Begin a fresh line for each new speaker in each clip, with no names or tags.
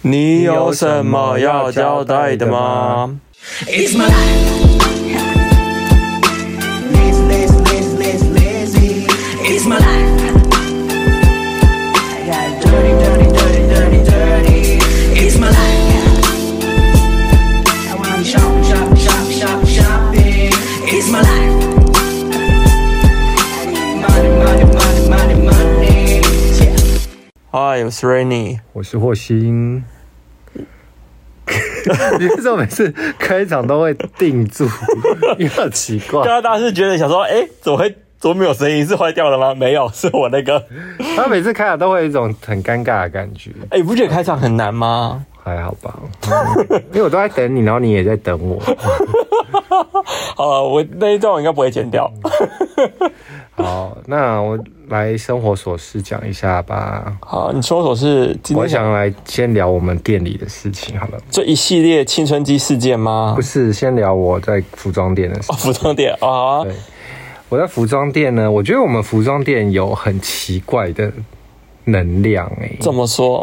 你有什么要交代的吗？
It's my life. Lazy, lazy, lazy, lazy, lazy. It's my life. I got dirty, dirty, dirty, dirty, dirty. It's my life. I wanna be shopping, shopping, shopping, shopping, shopping. It's my life. I need money, money, money, money, money. Yeah.
哎 Hi，我是 Rainy。
我是霍 星。你为什么每次开场都会定住？ 因为很奇
刚
怪，
刚大家是觉得想说，哎、怎么会怎么没有声音？是坏掉了吗？没有，是我那个。
他每次开场都会有一种很尴尬的感觉，
哎、你不觉得开场很难吗？
还好吧？嗯因为我都在等你，然后你也在等我。
好了，啊我那一段我应该不会剪掉。
好，那我来生活琐事讲一下吧。
好，你说手是今
我
天
想来先聊我们店里的事情好了，
这一系列青春期事件吗
不？是先聊我在服装店的事
哦，。服装店啊，
对我在服装店呢，我觉得我们服装店有很奇怪的能量哎、
怎么说？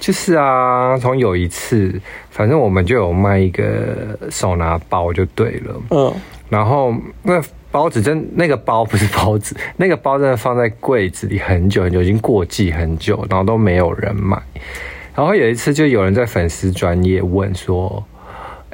就是啊，从有一次，反正我们就有卖一个手拿包就对了，
嗯，
然后那包子真那个包不是包子，那个包真的放在柜子里很久很久，已经过季很久，然后都没有人买。然后有一次就有人在粉丝专业问说。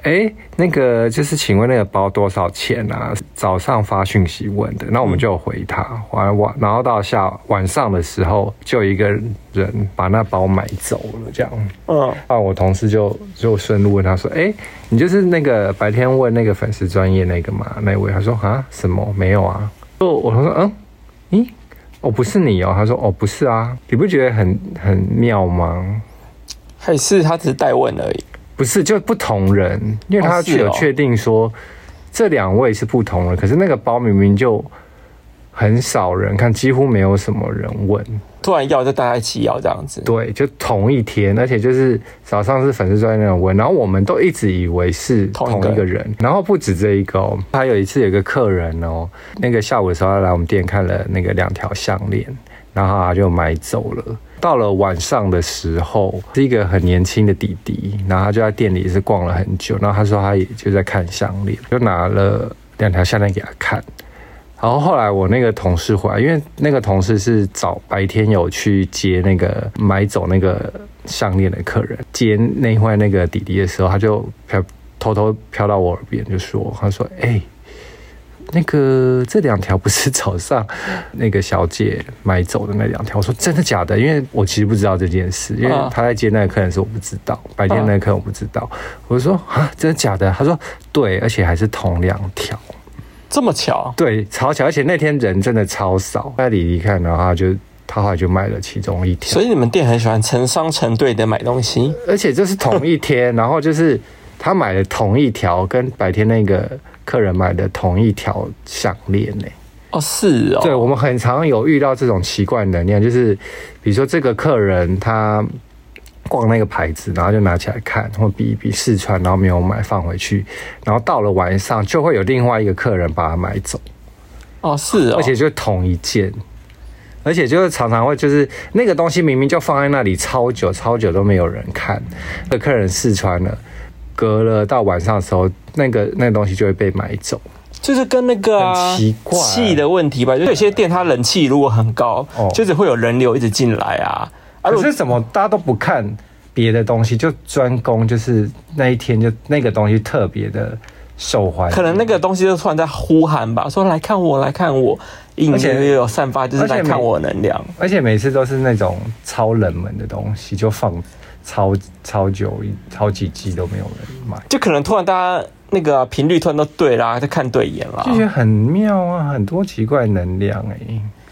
哎，那个就是，请问那个包多少钱啊？早上发讯息问的，那我们就有回他，晚晚，然后到下晚上的时候，就有一个人把那包买走了，这样。
嗯，
啊，我同事就就顺路问他说：“哎、你就是那个白天问那个粉丝专业那个嘛那位？”他说：“啊，什么没有啊？”就我同事说：“嗯，咦，哦，不是你哦。”他说：“哦，不是啊，你不觉得很很妙吗
还是他只是代问而已。？”
不是，就不同人，因为
哦
他
是哦
有确定说、这两位是不同人，可是那个包明明就很少人看，几乎没有什么人问。
突然要就大家一起要这样子，
对，就同一天，而且就是早上是粉丝专业那种问，然后我们都一直以为是
同一
同
个
一个人，然后不止这一个哦，还有一次有一个客人哦，那个下午的时候他来我们店看了那个两条项链，然后他就买走了。到了晚上的时候，是一个很年轻的弟弟，然后他就在店里也是逛了很久，然后他说他也就在看项链，就拿了两条项链给他看，然后后来我那个同事回来，因为那个同事是早白天有去接那个买走那个项链的客人，接那一块那个弟弟的时候，他就飘偷偷飘到我耳边就说：“他说，哎、那个这两条不是早上那个小姐买走的那两条？”我说：“真的假的？”因为我其实不知道这件事，因为
啊
他在接那个客人的时候我不知道，白天那个客人我不知道。我就说：“啊，真的假的？”他说：“对，而且还是同两条。”
这么巧，
对，超巧，而且那天人真的超少。那李丽看，然后他就他后来就卖了其中一条
所，以你们店很喜欢成双成对的买东西。
而且就是同 一天，然后就是他买了同一条，跟白天那个客人买的同一条项链呢。
哦，是哦，
对，我们很常有遇到这种奇怪能量，就是比如说这个客人他逛那个牌子，然后就拿起来看，或比一比试穿，然后没有买放回去，然后到了晚上就会有另外一个客人把它买走。
哦，是哦，
而且就同一件，而且就是常常会就是那个东西明明就放在那里超久超久都没有人看，那客人试穿了，隔了到晚上的时候，那个那个东西就会被买走。
就是跟那个、啊、
很奇怪
气的问题吧，就是有些店它冷气如果很高，
哦
就是会有人流一直进来啊。而
可是怎么大家都不看别的东西，就专攻就是那一天就那个东西特别的受欢迎，
可能那个东西就突然在呼喊吧，说来看我，来看我，隐
而
约
且
约有散发就是
而且
来看
每
我的能量。
而且每次都是那种超冷门的东西，就放超超久超几季都没有人买。
就可能突然大家那个频率突然都对啦，在看对眼啦。
就觉得很妙啊，很多奇怪能量哎、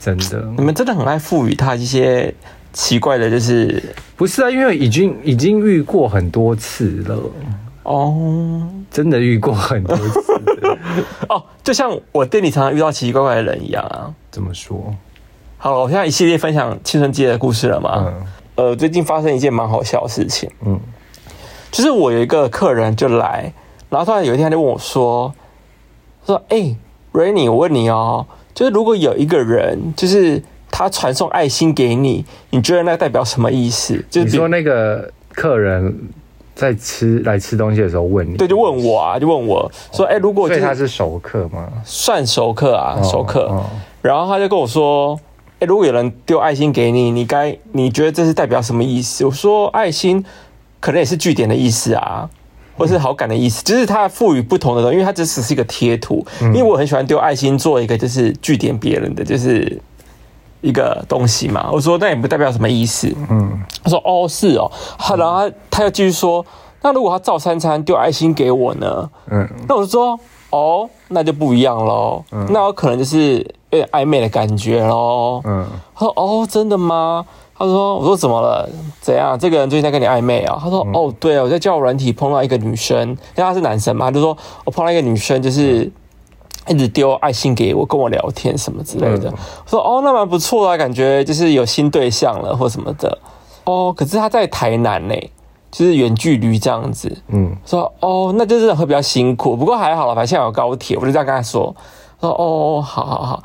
真
你
的
们真的很爱赋予它一些奇怪的，就是
不是啊，因为已经已经遇过很多次了，
哦
真的遇过很多次 了。
哦，就像我店里常常遇到奇奇怪怪的人一样啊。
怎么说？
好了，我现在一系列分享青春期的故事了嘛。
嗯
呃，最近发生一件蛮好笑的事情，
嗯，
就是我有一个客人就来，然后突然有一天他就问我说：“他说哎、r a i n y 我问你哦，就是如果有一个人，就是他传送爱心给你，你觉得那代表什么意思？”就是
你
比
说那个客人在吃来吃东西的时候问你，
对，就问我啊，就问我说，哎、如果
所
就
以他
是
是熟客吗？
算熟客啊，
哦
熟客，
哦
然后他就跟我说，哎、如果有人丢爱心给你，你该你觉得这是代表什么意思？我说爱心可能也是据点的意思啊。
嗯
或是好感的意思，就是它赋予不同的东西，因为它这只是一个贴图。
嗯
因为我很喜欢丢爱心做一个就是据点别人的，就是一个东西嘛。我说那也不代表什么意思。
嗯，
他说哦是哦，他然后他他又继续说，那如果他照三餐丢爱心给我呢？
嗯，
那我就说哦，那就不一样喽，那有可能就是有点暧昧的感觉喽。
嗯，
他说哦真的吗？他说我说怎么了？怎样？这个人最近在跟你暧昧啊？他
嗯
说哦对啊，我在交友软体碰到一个女生，因为他是男生嘛，他就说我碰到一个女生
嗯
就是。一直丢爱心给我，跟我聊天什么之类的。
嗯
我说哦，那蛮不错啊，感觉就是有新对象了或什么的。哦，可是他在台南呢，就是远距离这样子。
嗯，
说哦，那就是会比较辛苦，不过还好了，反正现在有高铁，我就这样跟他说。说哦，好好好，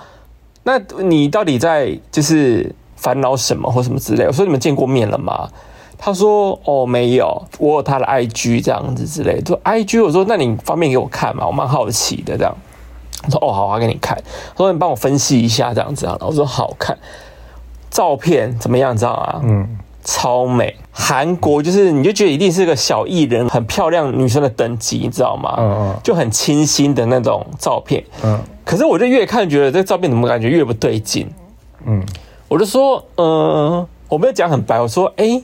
那你到底在就是烦恼什么或什么之类？我说你们见过面了吗？他说哦没有，我有他的 IG 这样子之类的。说 IG，我说那你方便给我看嘛？我蛮好奇的这样。我说哦好啊，给你看。他说你帮我分析一下这样子啊。我说好看，照片怎么样？你知道吗？
嗯，
超美。韩国就是你就觉得一定是个小艺人，很漂亮女生的等级，你知道吗？
嗯嗯
就很清新的那种照片。
嗯
可是我就越看觉得这照片怎么感觉越不对劲，
嗯
我就说，嗯、我没有讲很白，我说，哎、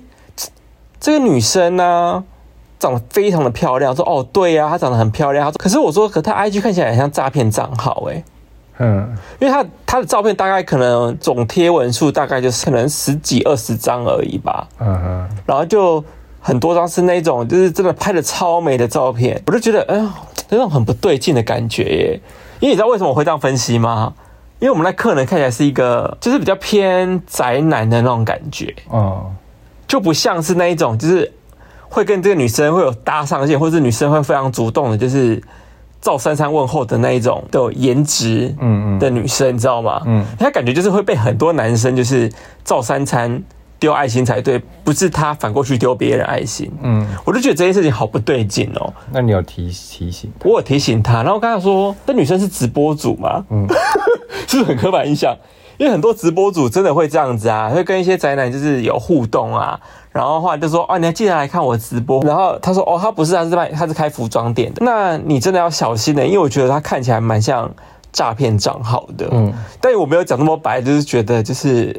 这个女生呢、长得非常的漂亮，我说哦，对啊，她长得很漂亮。她说可是我说，可她 IG 看起来很像诈骗账号、诶
嗯
因为她她的照片大概可能总贴文数大概就是可能十几二十张而已吧。
嗯
然后就很多张是那种就是真的拍的超美的照片，我就觉得哎呦，那种很不对劲的感觉耶。因为你知道为什么我会这样分析吗？因为我们那客人看起来是一个就是比较偏宅男的那种感觉，
哦，
就不像是那一种就是会跟这个女生会有搭上线，或者是女生会非常主动的，就是照三三问候的那一种的颜值，
嗯嗯
的女生，你知道吗？
嗯
嗯，她感觉就是会被很多男生就是照三餐丢爱心才对，不是她反过去丢别人爱心。
嗯，
我就觉得这件事情好不对劲哦，
那你有提提醒他？
我有提醒她，然后我跟她说，这女生是直播主吗？嗯， 是不是很刻板印象？因为很多直播主真的会这样子啊，会跟一些宅男就是有互动啊，然后后来就说哦，你还记得来看我直播？然后她说哦，她不是，她是卖，她是开服装店的。那你真的要小心的、因为我觉得她看起来蛮像诈骗账号的。
嗯
嗯，但我没有讲那么白，就是觉得就是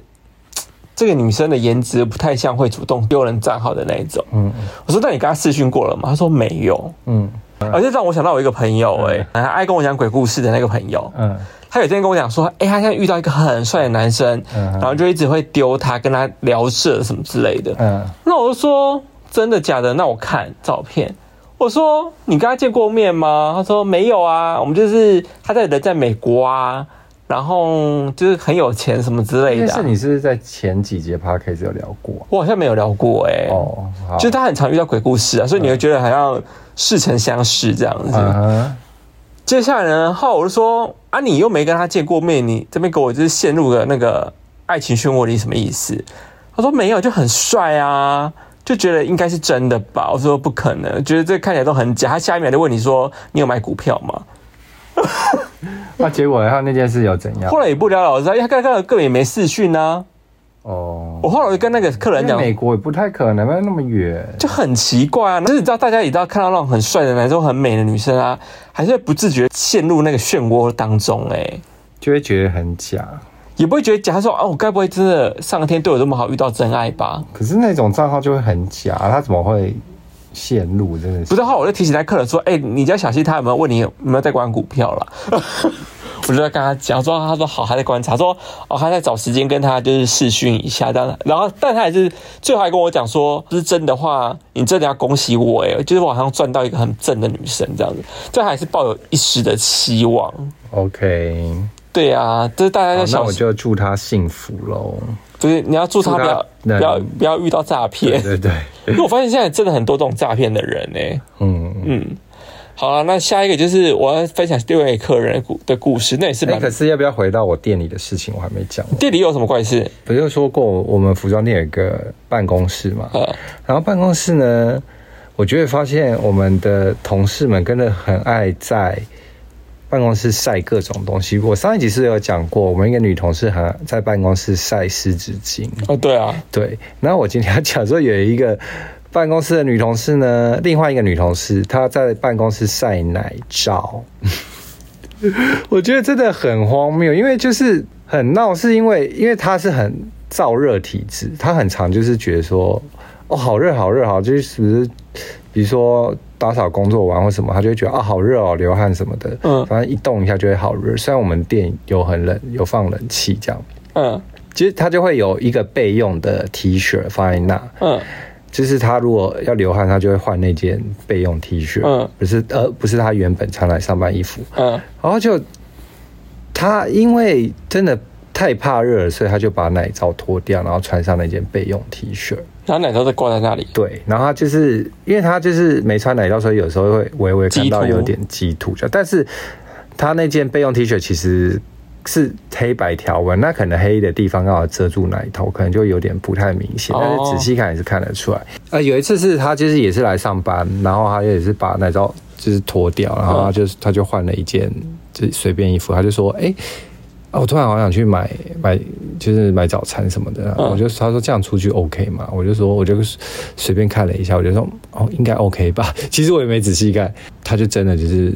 嘖这个女生的颜值不太像会主动丢人账号的那一种。
嗯
嗯，我说那你跟她试训过了吗？她说没有。
嗯
而且让我想到我一个朋友、欸，哎，爱跟我讲鬼故事的那个朋友，
嗯
他有一天跟我讲说，哎、他现在遇到一个很帅的男生，
嗯哼
然后就一直会丢他，跟他聊色什么之类的。
嗯
那我就说，真的假的？那我看照片。我说，你跟他见过面吗？他说没有啊，我们就是他在人在美国啊，然后就是很有钱什么之类
但
的啊、
是你是不是在前几节 podcast 有聊过？啊
我好像没有聊过哎、
哦，好，
就是他很常遇到鬼故事啊，所以你会觉得好像似曾相识这样子。
嗯哼，
接下来呢，后来我就说啊，你又没跟他见过面，你这边给我就是陷入了那个爱情漩涡里，什么意思？他说没有，就很帅啊，就觉得应该是真的吧。我说不可能，觉得这看起来都很假。他下一秒就问你说你有买股票吗？
那结果他那件事有怎样
后？来也不了了之啊，因为他刚刚根本也没视讯啊。
哦，
我后来就跟那个客人
在
讲，
美国也不太可能，没有那么远。
就很奇怪啊。就是你知道，大家也知道看到那种很帅的男生、很美的女生啊，还是会不自觉陷入那个漩涡当中哎、
就会觉得很假。
也不会觉得假，他说啊，我该不会真的上天对我这么好，遇到真爱吧？
可是那种账号就会很假，他怎么会陷入？真的
不
是
是的话，我就提醒他客人说，哎、你就要小心他有没有问你有没有在管股票啦。 我就在跟他讲，说他说好，还在观察，说哦，他在找时间跟他就是试训一下，但然后但他还是最后还跟我讲说，就是真的话，你真的要恭喜我哎、就是我好像赚到一个很正的女生这样子，这还是抱有一时的期望。
OK。
对啊，就是大家
好
要
那
小
我
心，
就祝他幸福 喽。
就是你要祝他不要
祝他
不要不要遇到诈骗
对。对对，
因为我发现现在真的很多这种诈骗的人呢、
嗯，
嗯，欸好了，那下一个就是我要分享另外一个客人的故的故事，那也是
哎、
蛮。
可是要不要回到我店里的事情？我还没讲完。
店里有什么怪事？
不就说过我们服装店有一个办公室嘛？
呃，
然后办公室呢，我就会发现我们的同事们真的很爱在办公室晒各种东西。我上一集是有讲过，我们一个女同事还在办公室晒湿纸巾。
哦，对啊，
对，然后我今天要讲说有一个办公室的女同事呢，另外一个女同事她在办公室晒奶照， 我觉得真的很荒谬，因为就是很闹，是因为因为她是很燥热体质，她很常就是觉得说哦好热好热好，就是不是比如说。打扫工作完或什么，她就会觉得啊好热哦，流汗什么的，
嗯
反正一动一下就会好热。虽然我们店有很冷，有放冷气这样，
嗯
其实他就会有一个备用的 T 恤放在那，
嗯
就是他如果要流汗，他就会换那件备用 T 恤，
嗯
不是呃不是他原本穿来上班衣服，
嗯，
然后就他因为真的太怕热了，所以他就把奶罩脱掉，然后穿上那件备用 T 恤。
然后奶罩都挂在那里，
对，然后他就是因为他就是没穿奶罩，所以有时候会微微看到
鸡突
有点鸡突这样但是他那件备用 T 恤其实是黑白条纹，那可能黑的地方刚好遮住奶头，可能就有点不太明显，但
哦
是仔细看也是看得出来。呃，有一次是他就是也是来上班，然后他也是把奶罩就是脱掉，然后他就是他就换了一件就随便衣服，他就说，哎、啊，我突然好想去买买，就是买早餐什么的、啊
嗯
我就他说这样出去 OK 嘛，我就说我就随便看了一下，我就说哦应该 OK 吧。 其实我也没仔细看，他就真的就是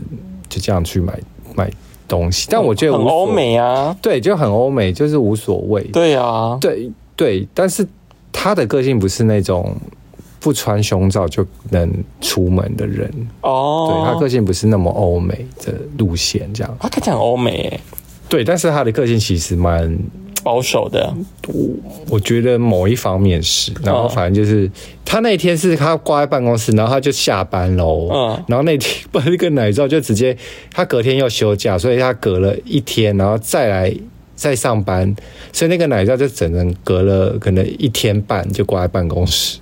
就这样去买买东西，但我觉得
很
无所
欧，美啊，
对，就很欧美，就是无所谓。
对啊，
对对，但是他的个性不是那种不穿胸罩就能出门的人，对他
哦，
个性不是那么欧美的路线这样。
啊他看起来很欧美耶，
对，但是他的个性其实蛮
保守的，
我觉得某一方面是，然后反正就是、他那天是他挂在办公室，然后他就下班喽，
嗯
然后那天把那个奶罩就直接，他隔天要休假，所以他隔了一天，然后再来再上班，所以那个奶罩就整整隔了可能一天半就挂在办公室，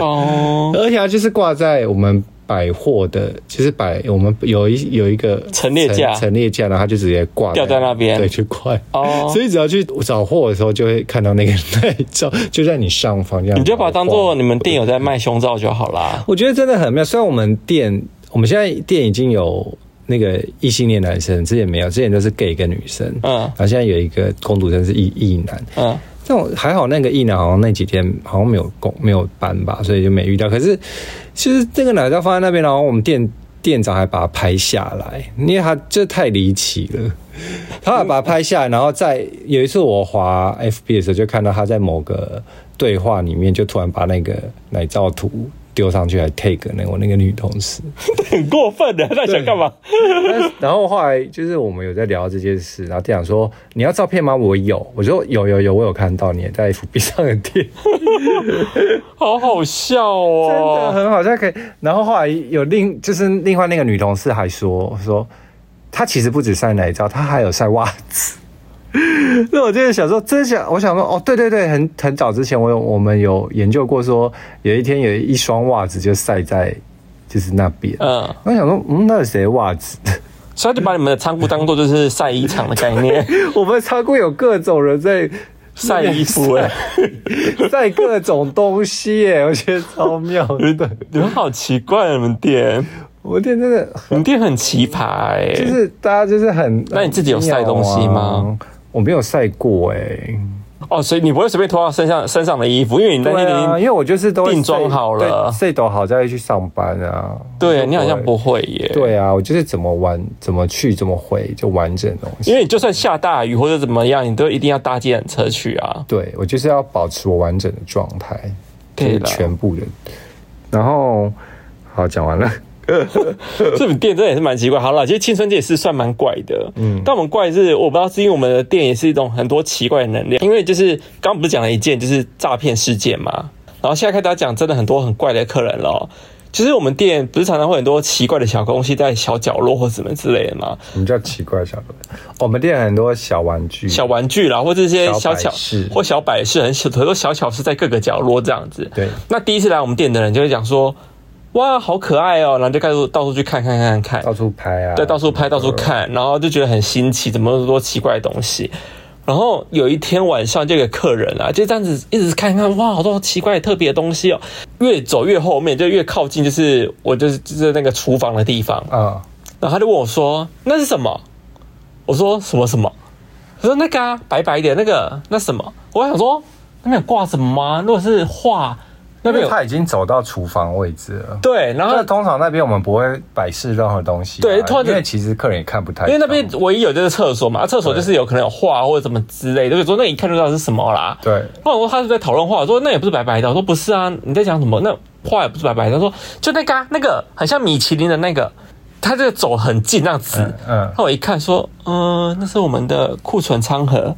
哦，
而且他就是挂在我们。百货的，就是百我们有一有一个
陈列架
陈列架，然后他就直接挂
吊在那边
对，就挂
哦
所以只要去找货的时候，就会看到那个奶罩 就在你上方这样。
你就把它当做你们店有在卖胸罩就好啦。
我觉得真的很妙。虽然我们店，我们现在店已经有那个异性恋男生，之前没有，之前都是 gay 跟女生，
嗯
然后现在有一个公主生是异异男，
嗯，
但我还好，那个艺男好像那几天好像没有工没有班吧，所以就没遇到。可是其实这个奶罩放在那边，然后我们店店长还把它拍下来，因为他这太离奇了。 他还把它拍下来，然后在有一次我滑 FB 的时候，就看到他在某个对话里面，就突然把那个奶罩图丢上去，还 take 那我那个女同事。
很过分的，那你想干嘛？
但是然后后来就是我们有在聊这件事，然后店长说你要照片吗？我有，我说有有有，我有看到你也在 FB 上的店。
好好笑
真的
哦！
很好，像可以。然后后来有另就是另外那个女同事还说说，她其实不止晒奶罩，她还有晒袜子。 那我就是想说，真想我想说，哦，对对对，很很早之前我有我们有研究过说有一天有一双袜子就晒在就是那边。
嗯，
我想说，嗯，那是谁的袜子？
所以就把你们的仓库当做就是晒衣场的概念，
我们仓库有各种人在
晒衣服哎、
晒各种东西耶，我觉得超妙的。
你们好奇怪，你们店，
我店真的
你们店很奇葩哎、
就是大家就是很。啊
那你自己有晒东西吗？
我没有晒过哎、
哦，所以你不会随便脱到身上身上的衣服，因为你那天已
对啊，
经
因为我就是都会
定妆
晒
好了
对晒抖好再去上班啊。
对
我就
你好像不会耶，，
对啊，我就是怎么玩怎么去怎么回就完整的东西。
因为你就算下大雨或者怎么样，你都一定要搭计程车去啊。
对我就是要保持我完整的状态，就
对
是
啦
全部的。然后好讲完了，
这本店真的也是蛮奇怪。好了，其实青春街也是算蛮怪的，嗯，但我们怪是我不知道是因为我们的店也是一种很多奇怪的能量，因为就是刚刚不是讲了一件就是诈骗事件嘛，然后现在开始要讲真的很多很怪的客人了。就是我们店不是常常会很多奇怪的小东西在小角落或什么之类的嘛，
什么叫奇怪小东西？我们店很多小玩具，
小玩具啦，或这些小
小
巧
摆饰
或小摆饰，很小很多小巧是在各个角落这样子。
对
那第一次来我们店的人就会讲说：“哇，好可爱哦、然后就开始到处去看看看看，
到处拍啊，
对，到处拍，到处看，然后就觉得很新奇，怎么那么多奇怪的东西。然后有一天晚上，这个客人啊，就这样子一直看看，哇，好多奇怪特别的东西哦。越走越后面，就越靠近，就是我就是就是那个厨房的地方。
啊，
然后他就问我说：“那是什么？”我说：“什么什么？”他说：“那个啊，白白的那个，那什么？”我还想说那边有挂什么吗？如果是画，那边
因为
有
他已经走到厨房位置了。
对，然后
那通常那边我们不会摆饰任何东西啊，
啊对突然
因为其实客人也看不太懂，
因为那边唯一有就是厕所嘛，啊厕所就是有可能有画或者怎么之类的，就说那一看就知道是什么啦。
对
那我说他是在讨论画，我说那也不是白白的，我说不是啊，你在讲什么？那画也不是白白的，他说就那个、啊、那个很像米其林的那个，他这个走很近那样子。
嗯
那、，我一看说，嗯、那是我们的库存餐盒，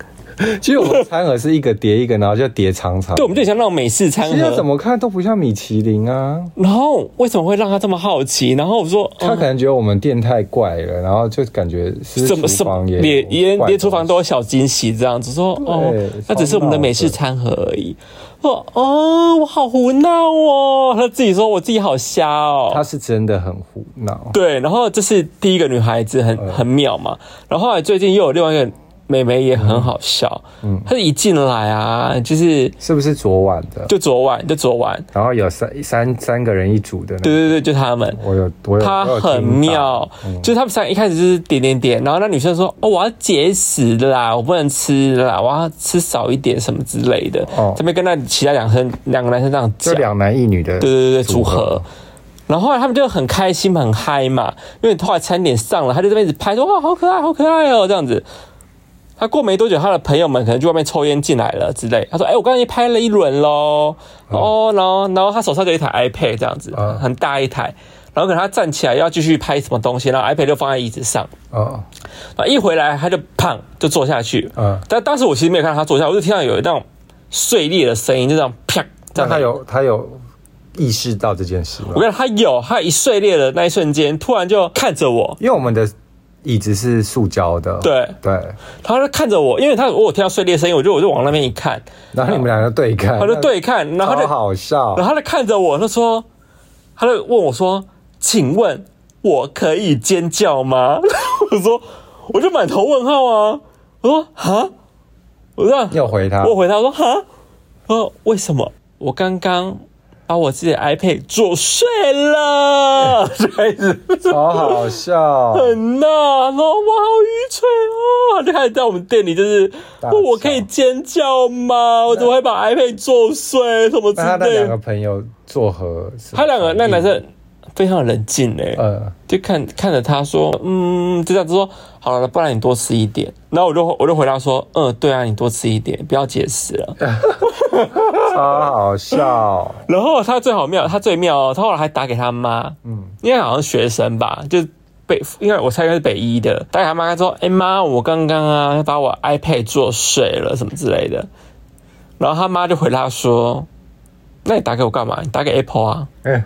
其实我们餐盒是一个叠一个，然后就叠长长。
对，我们就很像那种美式餐
其实怎
盒。
么看都不像米其林啊，
然后为什么会让他这么好奇？然后我说，
他
嗯
可能觉得我们店太怪了，然后就感觉是
什么
厨
什么
房也
连连
怪
连厨房都有小惊喜这样子说哦
对，
那只是我们的美式
超闹的
餐盒而已。哦哦，我好胡闹哦，他自己说我自己好瞎
他
哦。
是真的很胡闹。
对，然后这是第一个女孩子很
嗯
很妙嘛，然后后来最近又有另外一个妹妹也
嗯
很好笑，她一进来啊，就是
是不是昨晚的？
就昨晚就昨晚，
然后有三三三个人一组的那
对
个，
对对，就他们，
我有我有，
他
我有嗯听到
很妙，就是他们三个一开始就是点点点，然后那女生说：“哦，我要节食啦，我不能吃啦，我要吃少一点什么之类的。
哦
这边跟那其他两生两个男生这样
就
讲，对
两男一女的，
对对对，组合。然后后来他们就很开心很嗨嘛，因为后来餐点上了，他就这边一直拍说：“哇，好可爱，好可爱哦！”这样子。他过没多久，他的朋友们可能去外面抽烟进来了之类。他说：“哎、我刚才拍了一轮喽。”哦，然后然后他手上就有一台 iPad 这样子，
嗯
很大一台。然后可能他站起来要继续拍什么东西，然后 iPad 就放在椅子上。
哦，
然后一回来他就砰就坐下去。
嗯
但当时我其实没有看到他坐下，我就听到有那种碎裂的声音，就这样啪。这
但
样
他有他有意识到这件事吗
我？跟你讲，他有，他一碎裂的那一瞬间，突然就看着我，
因为我们的椅子是塑胶的，
对
对，
他就看着我，因为他我有听到碎裂声音，我就我就往那边一看，
然后你们两个对看，
他就对看，然后
嗯超
他就
好笑
然，后他就看着我，他说，他就问我说：“请问我可以尖叫吗？” 我说，我就满头问号啊，我说哈，我说
你有啊回他，
我回答我说哈，我说为什么？我刚刚把我自己的 iPad 做碎了， 就开始。
超好笑，
很呐、然后我好愚蠢哦，就开始在我们店里就是
大
问我
笑
可以尖叫吗？我怎么会把 iPad 做碎什么之
那他那
类
两
的？
个朋友作何？
他两个那男，生非常冷静哎、
呃，
就看看着他说，嗯，就这样子说好了，不然你多吃一点。然后我就我就回答说，嗯，对啊，你多吃一点，不要节食了。
超 好笑，
然后他最好妙，他最妙哦，他后来还打给他妈，嗯，因为好像学生吧，就北，因为我猜应该是北一的，打给他妈他说，哎、妈，我刚刚啊把我 iPad 做碎了什么之类的，然后他妈就回他说，那你打给我干嘛？你打给 Apple 啊？
哎，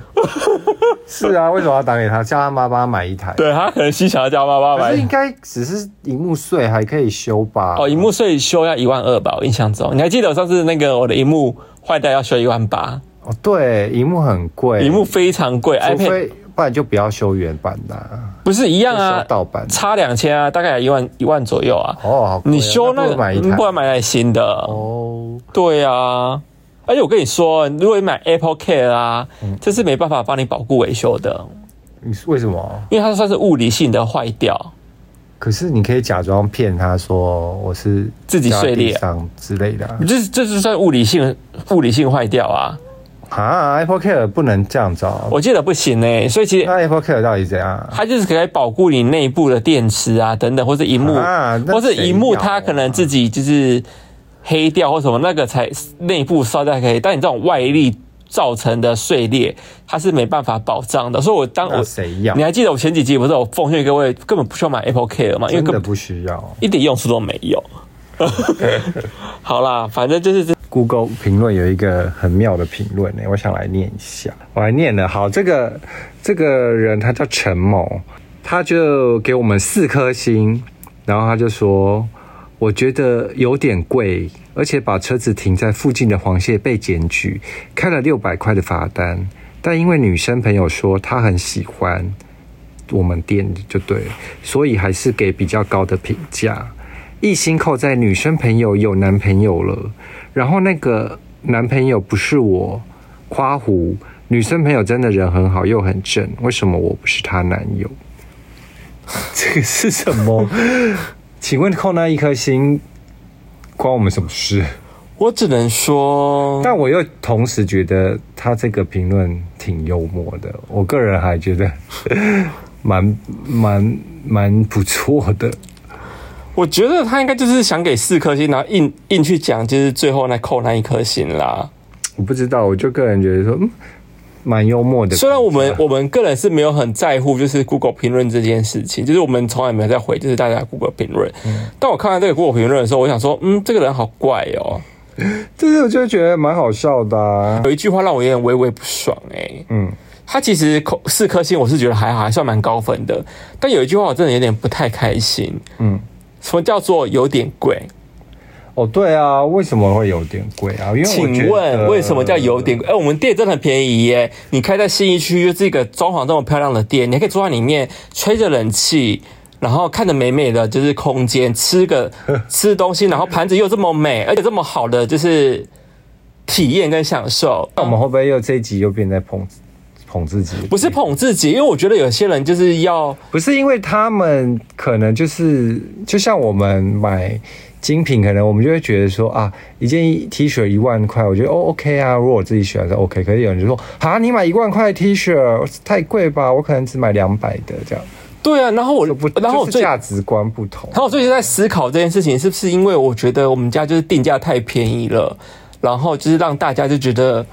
是啊，为什么要打给他？叫他妈帮他买一台。
对他可能心想要叫妈妈
可是应
买。
该只是荧幕碎，还可以修吧？
哦，荧幕碎修要一万二吧，我印象中，你还记得我上次那个我的荧幕坏掉要修一万八，
哦，对，荧幕很贵，
荧幕非常贵
除
，iPad
非不然就不要修原版的啊、
不是一样
就
啊
修，盗版
差两千啊，大概一万一万左右啊。
哦，好贵啊
你修那
不如
个，
买一
你
台
不然买台新的。
哦，
对啊，而且我跟你说，如果你买 Apple Care 啊，
嗯
这是没办法帮你保固维修的，
你是为什么？
因为它算是物理性的坏掉。
可是你可以假装骗他说我是
自己碎裂
掉在地上之类的啊
这这就算物理性物理性坏掉啊！
啊，Apple Care 不能这样子哦。
我记得不行呢、所以其
那
实
Apple Care 到底怎样啊？
它就是可以保固你内部的电池啊等等，或是荧幕，
啊那
或是荧幕
谁要啊
它可能自己就是黑掉或什么，那个才内部烧掉可以。但你这种外力造成的碎裂，它是没办法保障的。所以我当我
那谁要
你？还记得我前几集不是有奉劝各位根本不需要买 Apple Care 吗？因为
真
根
的
本
不需要。
一点用处都没有。 好啦，反正就是这
Google 评论有一个很妙的评论呢，我想来念一下，我来念了。好，这个这个人他叫陈某，他就给我们四颗星，然后他就说，我觉得有点贵，而且把车子停在附近的黄蟹被检举，开了六百块的罚单。但因为女生朋友说她很喜欢我们店就对了，所以还是给比较高的评价。一心扣在女生朋友有男朋友了，然后那个男朋友不是我，夸胡女生朋友真的人很好又很正，为什么我不是她男友？ 这个是什么？ 请问扣那一颗星关我们什么事？
我只能说，
但我又同时觉得他这个评论挺幽默的，我个人还觉得蛮 蛮蛮不错的。
我觉得他应该就是想给四颗星，然后硬硬去讲，就是最后那扣那一颗星啦。
我不知道，我就个人觉得说，嗯，蛮幽默的。
虽然我们我们个人是没有很在乎，就是 Google 评论这件事情，就是我们从来没有在回，就是大家的 Google 评论。
嗯
但我看完这个 Google 评论的时候，我想说，嗯，这个人好怪哦。
就是我就觉得蛮好笑的、啊。
有一句话让我有点微微不爽哎、
嗯，
他其实扣四颗星，我是觉得还好，还算蛮高分的。但有一句话我真的有点不太开心，
嗯，
什么叫做有点贵？
哦，对啊，为什么会有点贵啊？因为我觉
请
得
问为什么叫有点贵？哎、我们店真的很便宜耶！你开在信义区，又是一个装潢这么漂亮的店，你还可以坐在里面吹着冷气，然后看着美美的就是空间，吃 个吃东西，然后盘子又这么美，而且这么好的就是体验跟享受。
那我们会不会又这一集又变在捧捧自己？
不是捧自己，因为我觉得有些人就是要
不是因为他们可能就是就像我们买精品，可能我们就会觉得说啊，一件 T 恤一万块，我觉得哦 OK 啊，如果我自己喜欢是 OK。可是有人就说啊，你买一万块的 T 恤哦太贵吧，我可能只买两百的这样，
对啊，然后我
就不
然后我
就是
最
价值观不同
然。后我最近在思考这件事情，是不是因为我觉得我们家就是定价太便宜了，然后就是让大家就觉得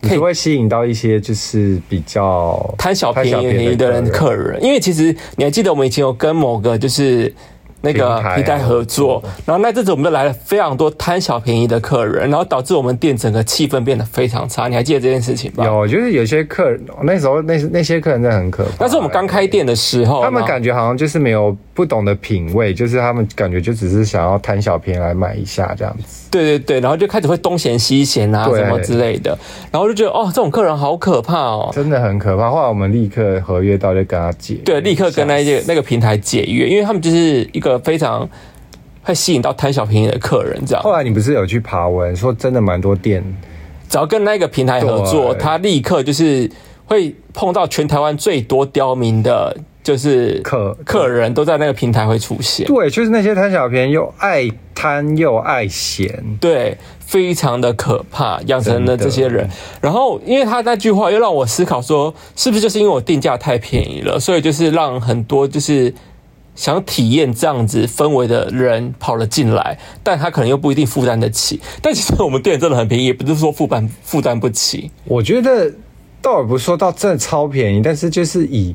你就会吸引到一些就是比较
贪小便宜的人客人。因为其实你还记得我们以前有跟某个就是那个
平台啊
皮带合作，然后那阵子我们就来了非常多贪小便宜的客人，然后导致我们店整个气氛变得非常差。你还记得这件事情吧？。
有，就是有些客人那时候那那些客人真的很可怕。哎
但是我们刚开店的时候，
他们
哦然后
感觉好像就是没有不懂得品味，就是他们感觉就只是想要贪小便宜来买一下这样子。
对对对，然后就开始会东嫌西嫌啊
对
什么之类的，然后就觉得哦，这种客人好可怕哦。
真的很可怕。后来我们立刻合约到就跟他解约，
对，立刻跟那一些那个平台解约，因为他们就是一个非常会吸引到贪小便宜的客人，这样。
后来你不是有去爬文，说真的蛮多店，
只要跟那个平台合作，
对
他立刻就是会碰到全台湾最多刁民的，就是
客
客人都在那个平台会出现，
对，就是那些贪小便宜又爱贪又爱闲，
对，非常的可怕，养成了
真的
这些人。然后，因为他那句话又让我思考说，是不是就是因为我定价太便宜了，所以就是让很多就是。想体验这样子氛围的人跑了进来，但他可能又不一定负担得起。但其实我们店真的很便宜，也不是说负担负担不起。
我觉得倒也不是说到真的超便宜，但是就是以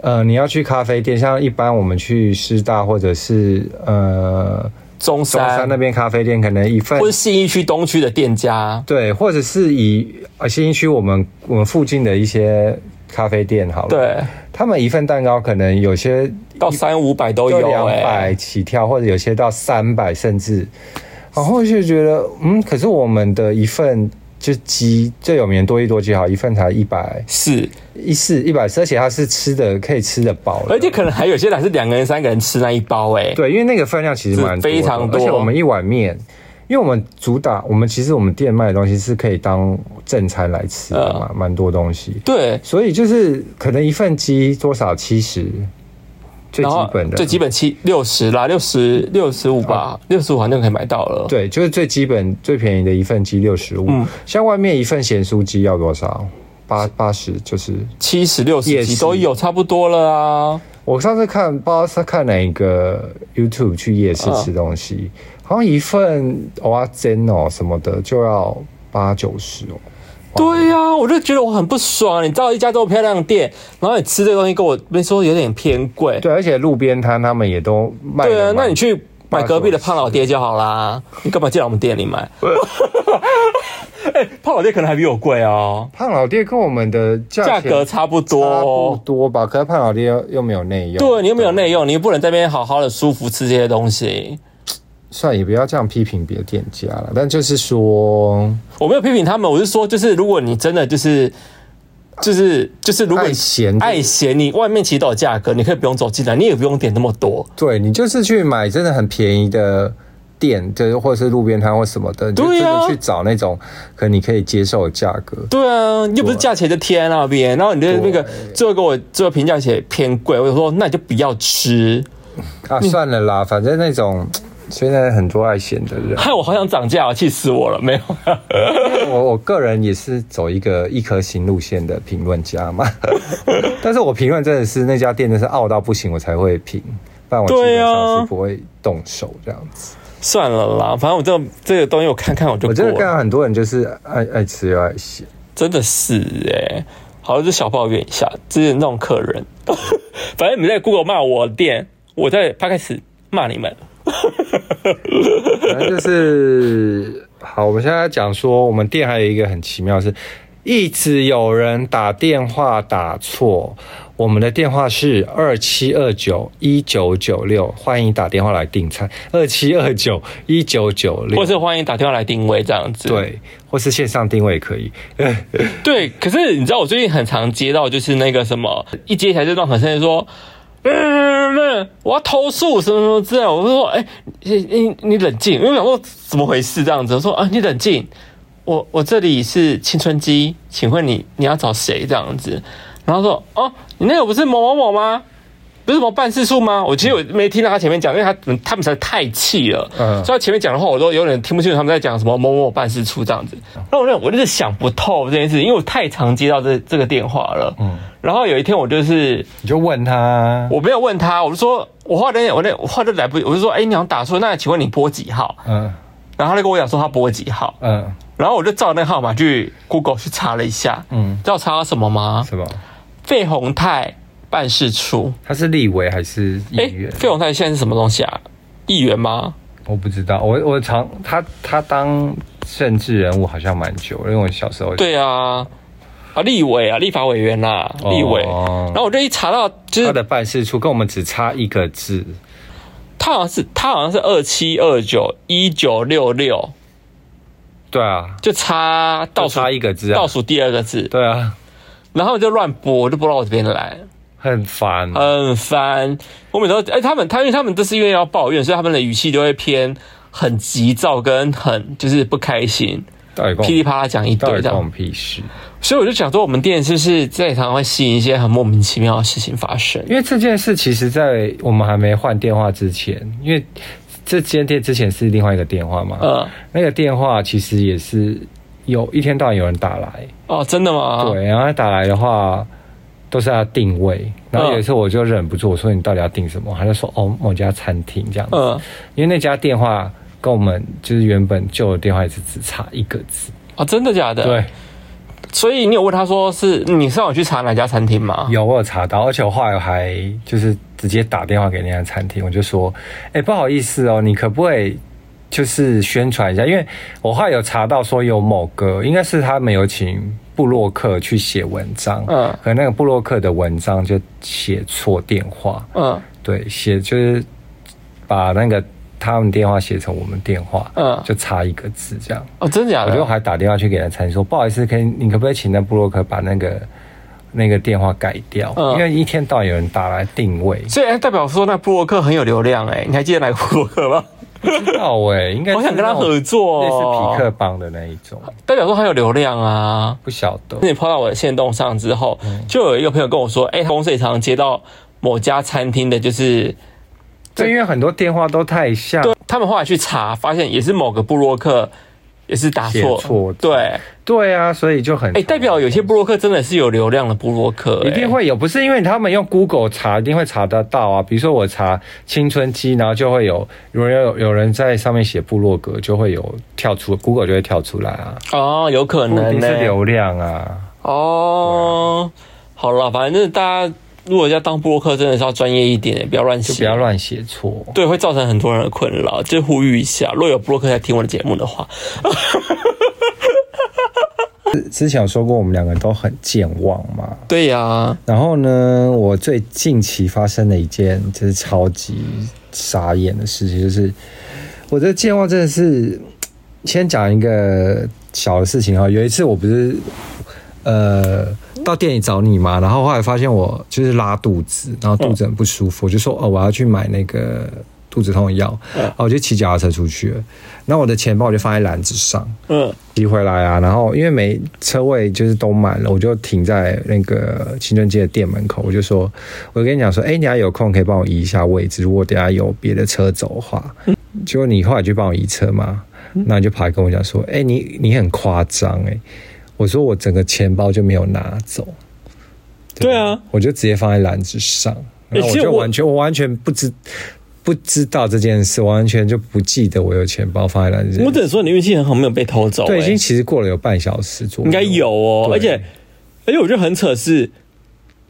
呃你要去咖啡店，像一般我们去师大或者是呃
中
中
山
山那边咖啡店，可能一份
或是信义区东区的店家，
对，或者是以呃新一区我们我们附近的一些咖啡店好了，，
对，
他们一份蛋糕可能有些
到三五百都
就
有、
两
哎，
百起跳，或者有些到三百甚至，然后就觉得嗯，可是我们的一份就鸡最有名的多益多鸡好，一份才一百
是，
一四一百四，而且它是吃的可以吃得饱的，
而且可能还有些人是两个人、三个人吃那一包、哎，
对，因为那个分量其实蛮
是
多的
非常多
而且我们一碗面，因为我们主打，我们其实我们店卖的东西是可以当正餐来吃的嘛，
嗯
蛮、多东西，
对，
所以就是可能一份鸡多少七十，最
然
基
后
本的，啊
最基本七六十啦，六十六十五吧，六十五好像可以买到了，
对，就是最基本最便宜的一份鸡六十五
嗯，
像外面一份咸酥鸡要多少？八八十就是，
七十六
夜
十几
市哦
都有，差不多了啊。
我上次看不知道是看哪一个 YouTube 去夜市
嗯
吃东西，好像一份蚵仔煎哦什么的就要八九十哦。
对呀、我就觉得我很不爽。你知道一家这么漂亮的店，然后你吃这个东西跟我没说有点偏贵，
对，而且路边摊他们也都卖得蛮。
对啊，那你去买隔壁的胖老爹就好啦，你干嘛进来我们店里买？ 哎、胖老爹可能还比我贵哦，
胖老爹跟我们的价
价
钱
格差不多
差不
哦。
多吧？可是胖老爹又又没有内用，
对，你又没有内用，你又不能在那边好好的舒服吃这些东西。
算了也不要这样批评别的店家了。但就是说，
我没有批评他们，我是说，就是如果你真的就是就是就是，如果你
爱咸
爱咸，你外面其实都有价格，你可以不用走进来，你也不用点那么多。
对你就是去买真的很便宜的店，就是或者是路边摊或什么的，你就
对
真
啊
的去找那种可你可以接受的价格。
对啊，又不是价钱就贴在那边，然后你的那个最后给我最后评价写偏贵，我就说那你就不要吃。嗯
啊，算了啦，反正那种嗯现在很多爱闲 的人，
害我好想涨价，气死我了！没有，
我我个人也是走一个一颗星路线的评论家嘛， 但是我评论真的是那家店真的是傲到不行，我才会评，不然我基
对
本
啊
上是不会动手这样子。
算了啦，反正我这种这个东西我看看我就过
我真的看
了，
到很多人就是爱爱吃又爱闲，
真的是哎、好，就小抱怨一下，之前那种客人， 反正你们在 Google 骂我店，我在 p 开始骂你们。
反正就是好。我们现在讲说，我们店还有一个很奇妙的是，一直有人打电话打错。我们的电话是二七二九一九九六，欢迎打电话来订餐。二七二九一九九
或
六，
是欢迎打电话来定位这样子。
对，或是线上定位也可以。呃
对，可是你知道我最近很常接到就是那个什么，一接起来就让很生气说。嗯嗯嗯，我要投诉什么什么之类的，我就说，哎、你你你冷静，因为我想说怎么回事这样子，我说啊，你冷静，我我这里是青春期，请问你你要找谁这样子？然后说，哦，你那个不是某某某吗？不是什么办事处吗？我其实我没听到他前面讲，因为他嗯他们实在太气了，
嗯
所以他前面讲的话我都有点听不清楚他们在讲什么某某某办事处这样子。那我就我就是想不透这件事，因为我太常接到这这个电话了。嗯，然后有一天我就是
你就问他，
我没有问他，我就说我话点我那我话都来不及，我就说哎、你好像打错，那请问你拨几号？
嗯
然后他就跟我讲说他拨几号，
嗯，
然后我就照那个号码去 Google 去查了一下，
嗯
嗯，知道查到什么吗？
什么？
费宏泰办事处。
他是立委还是议
哎，
员？
费宏泰现在是什么东西啊？议员吗？
我不知道，我我常他他当政治人物好像蛮久，因为我小时候
对啊，啊，立委啊，立法委员呐、
哦
立委。然后我就一查到，就
他
是
的办事处跟我们只差一个字，
他好像是他好像是二七二九一九六六，
对啊，
就差倒
就
数
差一个字啊
倒，数第二个字，
对啊，
然后就乱拨，就拨到我这边来，
很烦，
很烦。我每次都哎、他们他因为他们都是因为要抱怨，所以他们的语气就会偏很急躁跟很就是不开心，
到底关
噼里
我
啪啦讲一
到
堆
底
这
关我
样。
们屁事？
所以我就想说，我们店是不是在常常会吸引一些很莫名其妙的事情发生？
因为这件事其实，在我们还没换电话之前，因为这间店之前是另外一个电话嘛，
呃，
那个电话其实也是有一天到晚有人打来，
哦，真的吗？
对，然后他打来的话都是他定位，然
嗯
后有一次我就忍不住我说你到底要订什么？他就说哦某家餐厅这样子，
嗯
因为那家电话跟我们就是原本旧的电话也是只差一个字，
哦，真的假的？
对，，
所以你有问他说是你上网去查哪家餐厅吗？
有我有查到，而且我后来还就是直接打电话给那家餐厅，我就说，哎、不好意思哦，你可不可以就是宣传一下？因为我后来有查到说有某个应该是他们有请布洛克去写文章，
嗯
可那个布洛克的文章就写错电话，
嗯
对，写就是把那个他们电话写成我们电话，
嗯
就差一个字这样。
哦，真的假
我就
的？
还打电话去给他餐厅说，不好意思，可以你可不可以请那布洛克把那个那个电话改掉？
嗯
因为一天到晚有人打来定位，
所以哎代表说那布洛克很有流量
嗯
哎、你还记得哪个布洛克 吗？
到哎、应该是
好想跟他合作哦
那种类似皮克帮的那一种，
代表说很有流量啊。
不晓得
那你抛到我的线动上之后，
嗯
就有一个朋友跟我说，哎、他公司也常常接到某家餐厅的，就是
对，因为很多电话都太像，
对他们后来去查，发现也是某个布洛克。也是打错，
写错字
对，哎、
对啊，所以就很
代表有些布洛克真的是有流量的布洛克、哎
一定会有，不是因为他们用 Google 查，一定会查得到啊。比如说我查青春期，然后就会有有人有有人在上面写部落格，就会有跳出 Google 就会跳出来啊，
哦，有可
不一
能
定
呢、
是流量啊。
哦，好了，反正大家如果要当布洛克，真的是要专业一点，不要乱
就
写，
不要乱写错。
对，会造成很多人的困扰，就呼吁一下，若有布洛克在听我的节目的话，
之前有说过我们两个都很健忘嘛，
对呀、
然后呢，我最近期发生的一件就是超级傻眼的事情，就是我的健忘真的是，先讲一个小的事情哈。有一次我不是呃到店里找你嘛，然后后来发现我就是拉肚子，然后肚子很不舒服，我就说哦，我要去买那个肚子痛的药，然后我就骑脚踏车出去了，那我的钱包我就放在篮子上，
嗯
骑回来啊，然后因为没车位就是都满了，我就停在那个新春街的店门口，我就说，我跟你讲说，哎、你要有空可以帮我移一下位置，如果等下有别的车走的话，
嗯
结果你后来就帮我移车嘛，那你就跑来跟我讲说，哎、你你很夸张哎，我说我整个钱包就没有拿走，
对啊，
我就直接放在篮子上，
欸
然后我
其实
就
我
完全我完全不知。不知道这件事，我完全就不记得我有钱包放在篮子。
我只能说你运气很好，没有被偷走、
对，已
欸
经其实过了有半小时左右，
应该有哦。
对
而且而且我觉得很扯是，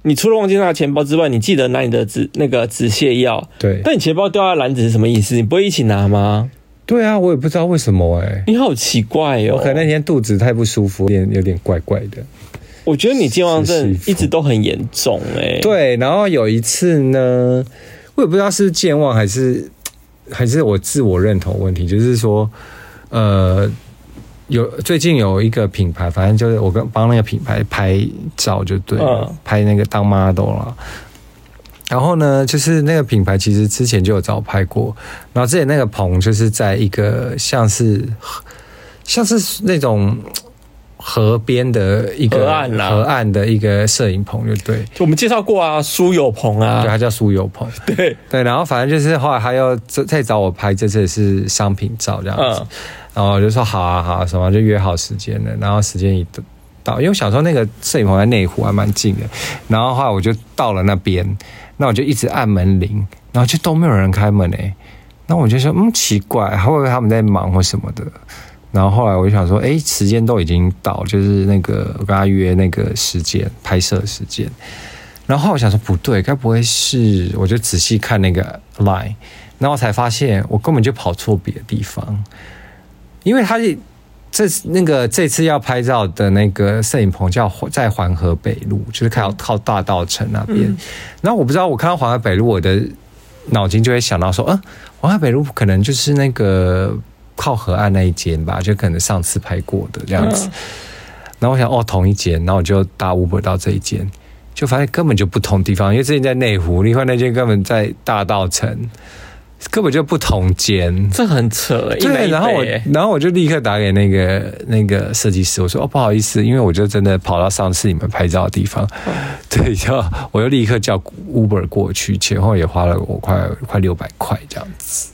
你除了忘记拿钱包之外，你记得拿你的止那个止泻药，
对
但你钱包掉在篮子是什么意思？你不会一起拿吗？
对啊，我也不知道为什么哎、
你好奇怪哦。
我可能那天肚子太不舒服，有点有点怪怪的。
我觉得你健忘症
是是
一直都很严重哎、，
对，然后有一次呢，我也不知道是不是健忘还是还是我自我认同问题，就是说，呃，有最近有一个品牌，反正就是我跟帮那个品牌拍照就对了，
嗯
拍那个当 model 啦。然后呢，就是那个品牌其实之前就有找我拍过，然后之前那个棚就是在一个像是像是那种河边的一个
河岸啊啦
河岸的一个摄影棚，就对。
我们介绍过啊，苏有朋
对，
啊，
他叫苏有朋。
对，
对，然后反正就是后来他又再再找我拍，这次也是商品照这样子，
嗯
然后我就说好啊好啊，什么就约好时间了，然后时间一到，因为我想说那个摄影棚在内湖还蛮近的，然后后来我就到了那边，那我就一直按门铃，然后就都没有人开门诶、欸那我就说嗯奇怪，会不会他们在忙或什么的？然后后来我就想说，诶，时间都已经到，就是那个我跟他约那个时间拍摄时间，然后后来我想说不对，该不会是？我就仔细看那个 line，然后才发现我根本就跑错别的地方，因为他是这那个这次要拍照的那个摄影棚叫在环河北路，就是靠靠大道城那边。然后我不知道，我看到环河北路，我的脑筋就会想到说，嗯，环河北路可能就是那个靠河岸那一间吧，就可能上次拍过的这样子。然后我想哦，同一间，然后我就搭 Uber 到这一间，就发现根本就不同地方，因为之前在内湖，另外那间根本在大道城，根本就不同间。
这很扯、欸，一南
对，
一
然后
北
我
欸，
然后我就立刻打给那个那个设计师，我说哦不好意思，因为我就真的跑到上次你们拍照的地方，
嗯
对，然后我就立刻叫 Uber 过去，前后也花了我快快六百块这样子。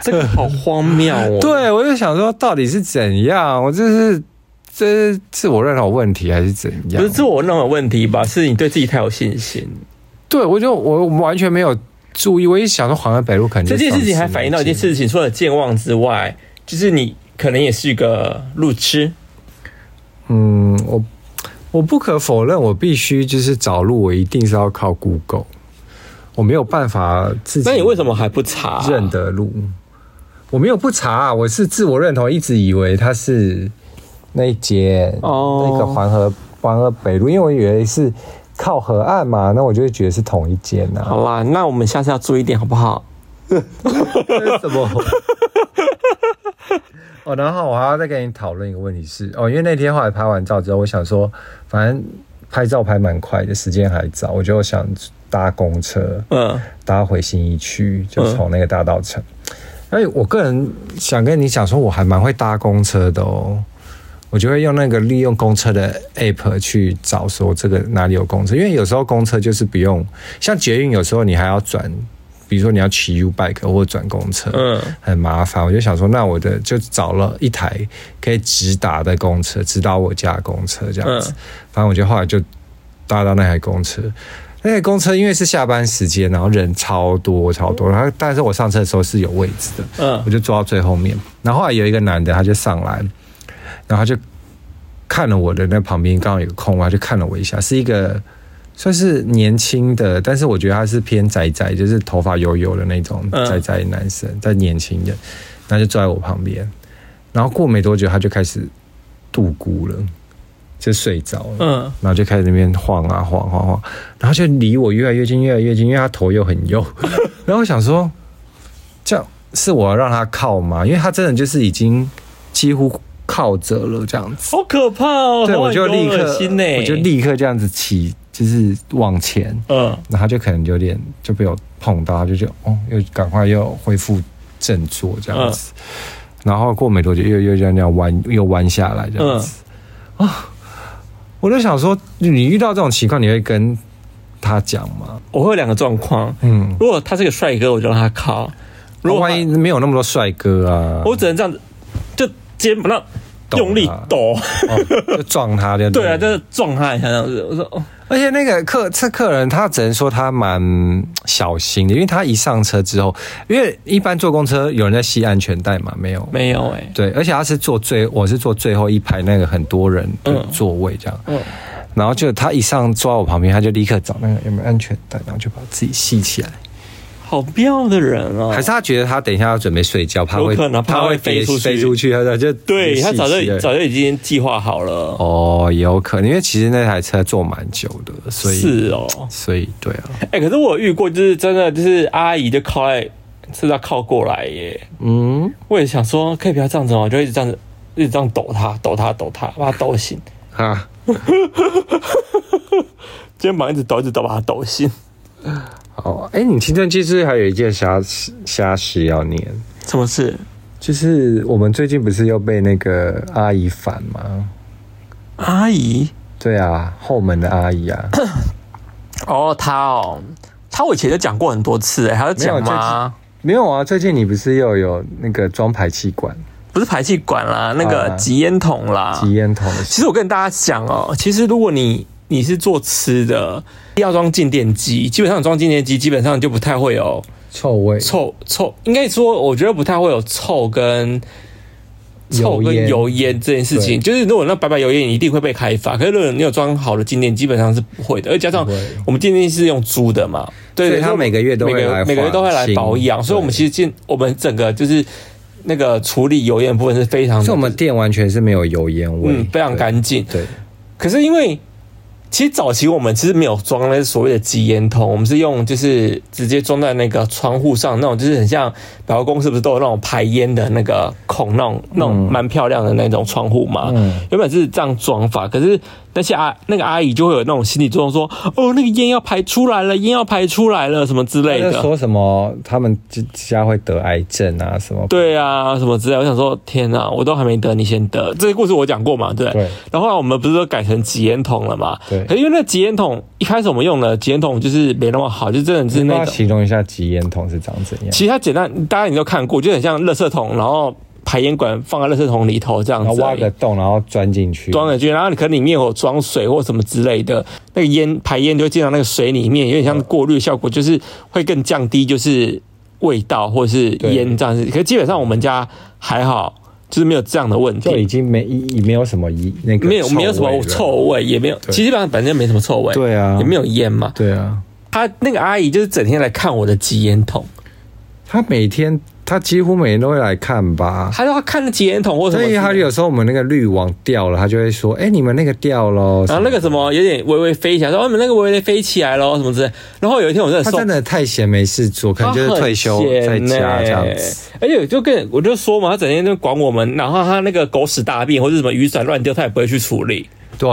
这个好荒谬哦。
对，我就想说到底是怎样，我这是这是自我认同问题还是怎
不
样？
是自我那种问题吧？是你对自己太有信心。
对，我就我完全没有注意，我一想说黄河北路可能就
这件事情还反映到一件
上次
事情，除了健忘之外，就是你可能也是一个路痴。
那间，嗯，我我不可否认，我必须就是找路，我一定是要靠 Google，我没有办法自己。
那你为什么还不查、啊
认得路？我没有不查、啊，我是自我认同，一直以为它是那一间
哦
那个环河环河北路，因为我以为是靠河岸嘛，那我就会觉得是同一间呐、啊。
好啦，那我们下次要注意一点，好不好？
为什么？哦，然后我还要再跟你讨论一个问题是，哦，因为那天后来拍完照之后，我想说，反正拍照拍蛮快的，时间还早，我就想搭公车，
嗯，
搭回新一区，就从那个大道城。而且我个人想跟你讲说，我还蛮会搭公车的哦。我就会用那个利用公车的 app 去找说这个哪里有公车，因为有时候公车就是不用，像捷运有时候你还要转，比如说你要骑 U bike 或转公车，
嗯
很麻烦。我就想说，那我的就找了一台可以直达的公车，直达我家的公车这样子。
嗯
反正我就后来就搭到那台公车。那台公车因为是下班时间，然后人超多超多，然后但是我上车的时候是有位置的，我
嗯
就坐到最后面。然后后来有一个男的，他就上来，然后他就看了我的那旁边刚好有个空位，他就看了我一下，是一个算是年轻的，但是我觉得他是偏宅宅，就是头发油油的那种
嗯
宅宅男生，但年轻人，然后就坐在我旁边。然后过没多久，他就开始度孤了，就睡着了。
嗯，
然后就开始那边晃啊晃晃晃，然后就离我越来越近，越来越近，因为他头又很 右，然后我想说，这样是我要让他靠吗？因为他真的就是已经几乎靠着了这样子。
好可怕哦！
对，我就立刻，
心欸呢，
欸
我就立刻这样子起，就是往前，
嗯，
然后他就可能有点就被我碰到，他就觉得哦，又赶快又恢复振作这样
嗯
子。然后过没多久又又这样这样弯，又弯下来这样子。
嗯
啊，我就想说，你遇到这种情况，你会跟他讲吗？
我会有两个状况，
嗯，
如果他是个帅哥，我就让他靠；如果他
万一没有那么多帅哥啊，
我只能这样子，就肩膀那
懂
用力
啊
抖，嗯
哦就 撞他 就
对啊，就是撞他一下这样子。我说，哦
而且那个客这客人他只能说他蛮小心的，因为他一上车之后，因为一般坐公车有人在系安全带嘛，没有。
没有哎、
对，而且他是坐最，我是坐最后一排那个很多人的
嗯
座位这样，
嗯
然后就他一上坐到我旁边，他就立刻找那个有没有安全带，然后就把自己系起来。
哦好妙的人哦、
还是他觉得他等一下要准备睡觉，怕会
有可能怕
他会
会飞
跌
出去
飞出去，他就
对他早就
系起来
早就已经计划好了，
哦，也有可能，因为其实那台车坐蛮久的，所以
是哦、
所以对啊，
哎、可是我有遇过，就是真的就是阿姨就靠来，是要靠过来耶。
嗯，
我也想说，可以不要这样子吗？哦我就一直这样子，一直这样抖他，抖他，抖他，把他抖醒，
啊，
肩膀一直抖，一直抖，把他抖醒。
哦，哎，你青春期是不是还有一件瞎瞎事要念？
什么事？
就是我们最近不是又被那个阿姨烦吗？
阿姨？
对啊，后门的阿姨 啊，
哦，他哦，他我以前就讲过很多次，哎，还要讲
没有最
吗？
没有啊，最近你不是又有那个装排气管、
不是排气管啦，那个
啊
集烟筒啦。
吸烟筒的事？
其实我跟大家讲哦，其实如果你你是做吃的，要装静电机，基本上装静电机，基本上就不太会哦有
臭味、
臭臭，应该说，我觉得不太会有臭跟臭
油
跟
烟
油烟这件事情。就是如果那白白油烟，你一定会被开发。可是如果你有装好的静电，基本上是不会的。而加上
不会
我们静电是用租的嘛，对，
所以它
所以
每个月都会
每
来
个每个月都会来
换新
保养，所以我们
对
其实进我们整个就是那个处理油烟的部分是非常，
所以我们店完全是没有油烟味，
嗯非常干净。
对。对，
可是因为其实早期我们其实没有装那所谓的集烟筒，我们是用就是直接装在那个窗户上那种，就是很像百货公司不是都有那种排烟的那个孔，那种那种蛮漂亮的那种窗户嘛。
嗯
原本是这样装法，可是那些阿那个阿姨就会有那种心理作用，说哦那个烟要排出来了，烟要排出来了什么之类
他就
的。
说什么他们之家会得癌症啊什么？
对啊，什么之类，我想说，天哪、我都还没得，你先得。这个故事我讲过嘛，对不对。
对
然后后来我们不是都改成集烟筒了嘛？
对
可是因为那集烟筒一开始我们用的集烟筒就是没那么好，就真的是
那
那
要
种，
形容一下集烟筒是长怎样？
其实它简单，大家你都看过，就很像垃圾桶，然后排烟管放在垃圾桶里头这样
然后
子
挖
而已，
个洞，然后钻进去，
装进去，然后你可能里面有装水或什么之类的，那个烟排烟就会进到那个水里面，有点像过滤效果，就是会更降低就是味道或是
对
烟这样子。可是基本上我们家还好，就是没有这样的问题，
就已经没已没有什么一那个
没有
味
没有什么
了
臭。味，也没有，其实基本上本身没什么臭味，
对啊
也没有烟嘛。
对啊，
她那个阿姨就是整天来看我的集烟筒，
他每天他几乎每天都会来看吧。
她说她看那集烟筒或什
所
么之
以
类的，
他有时候我们那个滤网掉了，他就会说：“哎、你们那个掉了。”
啊然后那个什么有点微微飞起来，说哦你们那个微微地飞起来咯，什么之类。然后有一天我真的
他
受
真的太闲没事做，可
他
能就是退休
哦很闲
在家
欸
这样子。。
而且我就跟我就说嘛，他整天就管我们，然后他那个狗屎大便或者什么雨伞乱丢，他也不会去处理。
对，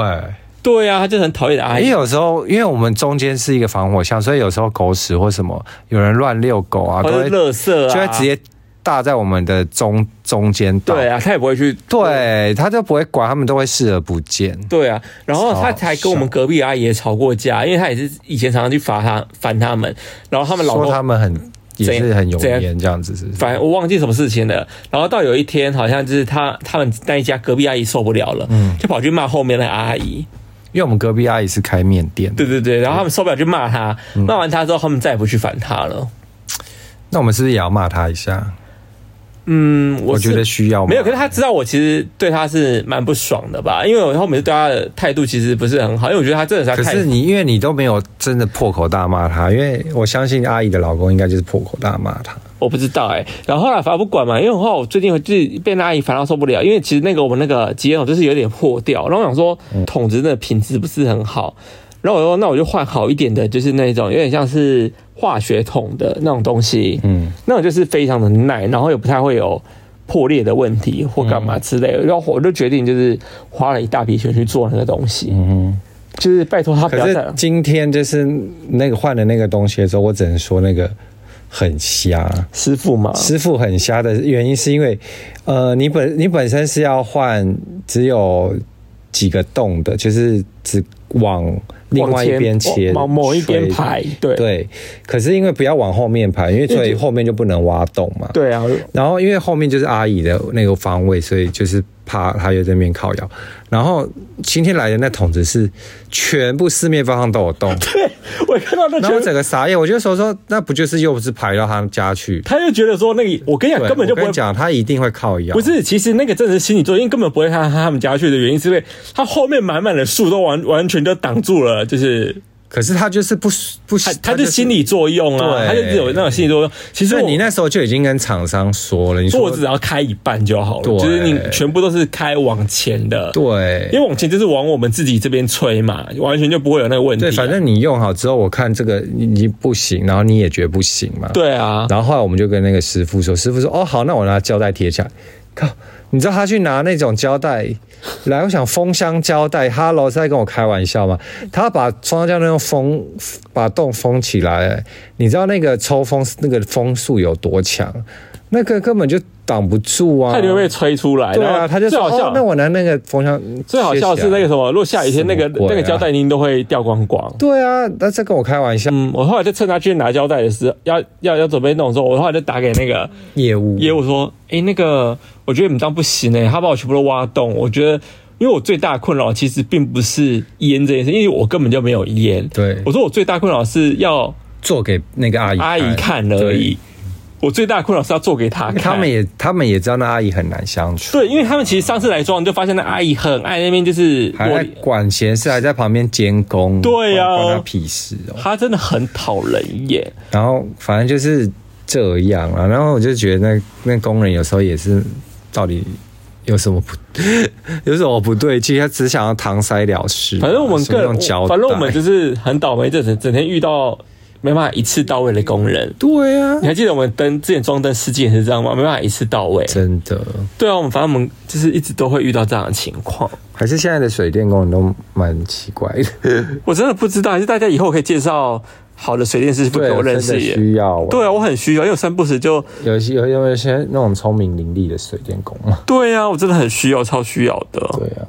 对啊，他就很讨厌的阿
因为
姨。
有时候因为我们中间是一个防火巷，所以有时候狗屎或什么，有人乱遛狗啊，都
或者
会、
是垃圾啊，
就会直接搭在我们的中中间道。
对啊，他也不会去
对，他就不会管，他们都会视而不见。
对啊，然后他
超
才跟我们
爽
隔壁阿姨也吵过架，因为他也是以前常常去罚他烦他们，然后他们老
说
公
他们很也
怎
是
样
很有
怎样
烟这样子，是不是？
反正我忘记什么事情了。然后到有一天，好像就是他他们那一家隔壁阿姨受不了了，
嗯
就跑去骂后面的阿姨。
因为我们隔壁阿姨是开面店，
对，对对，然后他们受不了就骂他，
嗯
骂完他之后，他们再也不去烦他了。
那我们是不是也要骂她一下？
嗯，我
我
是
觉得需要吗
没有，可是他知道我其实对他是蛮不爽的吧，因为我后面对他的态度其实不是很好，因为我觉得他真的是
可
啊他太
是你因为你都没有真的破口大骂她，因为我相信阿姨的老公应该就是破口大骂她。
我不知道哎、然后后来反正不管嘛，因为后来我最近就是被那阿姨烦到受不了，因为其实那个我们那个集烟筒就是有点破掉，然后我想说筒子的品质不是很好，然后我说那我就换好一点的，就是那种有点像是化学桶的那种东西，
嗯，
那种就是非常的耐，然后也不太会有破裂的问题或干嘛之类的，然后我就决定就是花了一大笔钱去做那个东西，
嗯
就是拜托他不
可
要再
是今天就是那个换了那个东西的时候，我只能说那个很瞎。
师傅嘛，
师傅很瞎的原因是因为，呃，你本你本身是要换只有几个洞的，就是只往另外一边切，
往某一边
吹
排，对
对，可是因为不要往后面排，因为所以后面就不能挖洞嘛。
对啊，
然后因为后面就是阿姨的那个方位，所以就是怕她又在那边靠摇。然后今天来的那桶子是全部四面八方都有 洞，
我看到那
然后
觉
我
得
整个傻眼，我就说说那不就是又不是排到他家去？
他就觉得说那个，我跟你讲
对，
根本就
我
不
跟
会
你讲，他一定会靠摇。
不是，其实那个真的是心理作用，因为根本不会看他们家去的原因，是因为他后面满满的树都完完全就挡住了，就是
可是他就是不不，
他他就心理作用啊，
对
他就只有那种心理作用。其实
所以
我
你那时候就已经跟厂商说了，你
说
说
我只要开一半就好了，
对
就是你全部都是开往前的，因
对
为往前就是往我们自己这边吹嘛，完全就不会有那个问题啊、
对，反正你用好之后，我看这个你你不行，然后你也觉得不行嘛。。
对啊，
然后后来我们就跟那个师傅说，师傅说哦好，那我拿胶带贴起来。靠，你知道他去拿那种胶带来，我想封箱胶带哈喽，是在跟我开玩笑吗？他把双胶带用封把洞封起来，你知道那个抽风那个风速有多强？那个根本就挡不住啊！
他就会被吹出来。
对
然
啊，
后
他就
最
说
好笑
哦，，那我拿那个封箱，
最好笑是那个什
么？
么，如果下雨天那个、
什么鬼啊
那个胶带一定都会掉光光。
对啊，那在跟我开玩笑，
嗯，我后来就趁他去拿胶带的时候，要要要准备弄的时候，我后来就打给那个
业务
业务说：“诶，那个，我觉得你们这样不行欸诶，他把我全部都挖洞。我觉得，因为我最大的困扰其实并不是烟这件事，因为我根本就没有烟。
对
我说我最大困扰是要
做给那个阿姨
阿姨看而已，我最大的困扰是要做给她看。
对。他们也他们也知道那阿姨很难相处，
对，因为他们其实上次来装，就发现那阿姨很爱那边就是
还在
我，
管闲事，还在旁边监工，
对啊
关关他屁事哦。
她真的很讨人厌。
然后反正就是这样啊，然后我就觉得那那工人有时候也是到底。有什么不 有什么不对劲？他只想要搪塞了事啊、
反正我们
什么
个
用胶带
反正我们就是很倒霉，这整整天遇到没办法一次到位的工人。
对啊
你，还记得我们灯之前装灯师姐也是这样吗？没办法一次到位。
真的。
对啊，我们反正我们就是一直都会遇到这样的情况。
还是现在的水电工人都蛮奇怪 的，
我真的不知道，还是大家以后可以介绍好的水电师傅给我认识
啊真的
耶。
需要。
对，啊，我很需要，因为我三不时就
有些有有有些那种聪明伶俐的水电工嘛。
对啊，我真的很需要，超需要的。
对啊，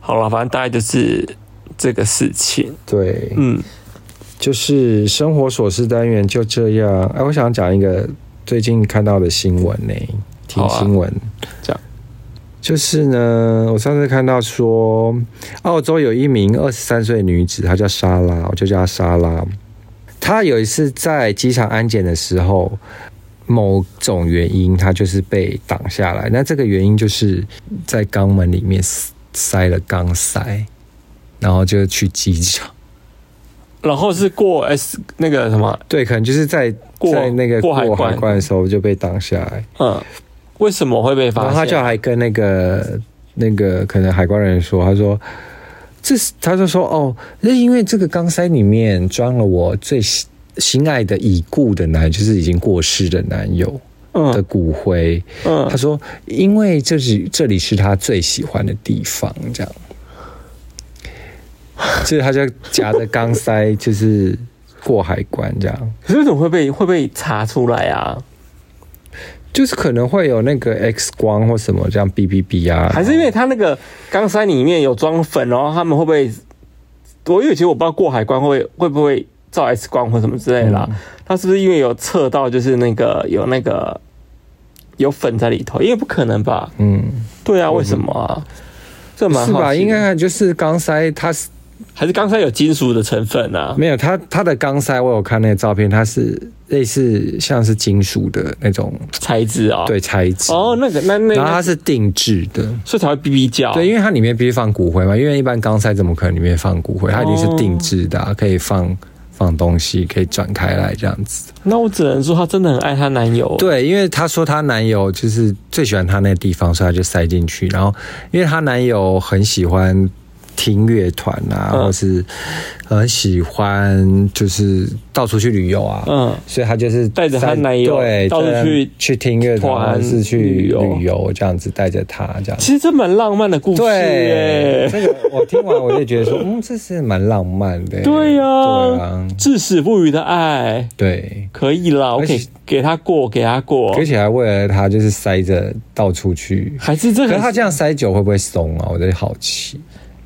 好了，反正大概就是这个事情。
对，
嗯，
就是生活琐事单元就这样。哎，我想讲一个最近看到的新闻呢、听
好啊
新闻、
讲。
就是呢，我上次看到说，澳洲有一名二十三岁女子，她叫莎拉，我就叫她莎拉。她有一次在机场安检的时候，某种原因，她就是被挡下来。那这个原因就是在肛门里面塞塞了钢塞，然后就去机场。
然后是过 S 那个什么，
对，可能就是在
过
在那个
过
过
海
海
关
关的时候就被挡下来，
嗯，为什么会被
然
发
后
现？
他就还跟那个那个可能海关人说，他说这是他就说哦，那因为这个钢塞里面装了我最心心爱的已故的男，就是已经过世的男友的
嗯
骨灰。
嗯
他，说，因为这是这里是他最喜欢的地方，这样，所以他就夹着钢塞就是过海关这样。
可是为什么会被会被查出来啊？
嗯就是可能会有那个 X 光或什么这样哔哔哔啊，
还是因为他那个钢塞里面有装粉，然后他们会不会？我因为其实我不知道过海关会会不会照 X 光或什么之类的啦。
嗯
他是不是因为有测到就是那个有那个有粉在里头？因为不可能吧？
嗯，
对啊，为什么啊？这蛮
是
好
吧？
奇的
应该就是钢塞，它是
还是钢塞有金属的成分啊？
没有它它的钢塞，我有看那个照片，它是类似像是金属的那种
材质啊？
对材质，
哦，那个哦那那
然后
那
它是定制的。
所以才会哔哔叫。
对，因为它里面必须放骨灰嘛，因为一般钢塞怎么可能里面放骨灰？它一定是定制的、啊，可以放放东西，可以转开来这样子。
那我只能说她真的很爱她男友。
对，因为她说她男友就是最喜欢她那个地方，所以她就塞进去。然后，因为她男友很喜欢听乐团啊，
嗯
或是很喜欢就是到处去旅游啊，
嗯
所以他就是
带着
在
他男友
对
到处
在
去
去听乐团，
团
或是去
旅游
旅游这样子，带着他这样子。
其实这蛮浪漫的故事哎
对，
耶、
这个我听完我就觉得说，嗯，这是蛮浪漫的。
对呀、
对啊，
至死不渝的爱，
对，
可以啦，我
而
可
且
以给他过，给他过
而。且还为了他就是塞着到处去。
还是这
可
个
是他这样塞久会不会松啊？我在好奇，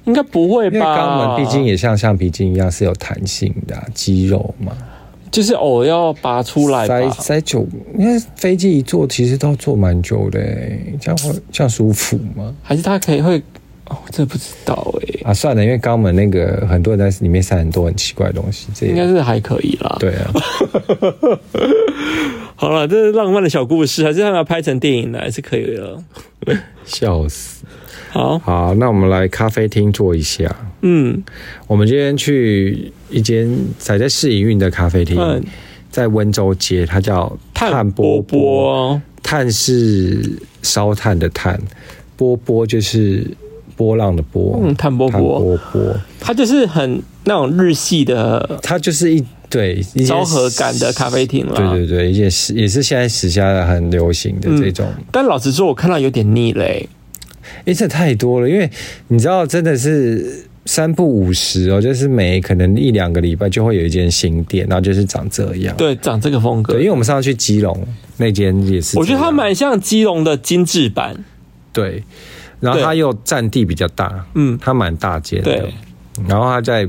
应该不会
因为
吧？
肛门毕竟也像橡皮筋一样是有弹性的啊、肌肉嘛。
就是偶尔要拔出来吧。
塞塞久，因为飞机一坐其实都要坐蛮久的、欸，这样会这样舒服吗？
还是他可以会，哦，这不知道哎、
啊，算了，因为肛门那个很多人在里面塞很多很奇怪的东西，这也
应该是还可以啦。，
对啊。
好了，这是浪漫的小故事，还是他们要拍成电影来是可以的。
笑死！
好，
好，那我们来咖啡厅坐一下。
嗯
我们今天去一间还在试营运的咖啡厅，
嗯
在温州街，它叫
碳波
波。
波，
碳是烧炭的炭，波波就是波浪的波。
嗯碳波波
碳波波，
它就是很那种日系的
它就是一对一间
昭和感的咖啡厅啦。
对对对，一件是也是现在时下很流行
嗯
的这种。
但老实说，我看到有点腻嘞、
诶，这太多了，因为你知道，真的是三不五十哦，就是每可能一两个礼拜就会有一间新店，然后就是长这样。
对，长这个风格
对，因。为我们上次去基隆那间也是这样，
我觉得它蛮像基隆的精致版，
对，然后
对
它又占地比较大，
嗯
它蛮大间的
对，
然后它在。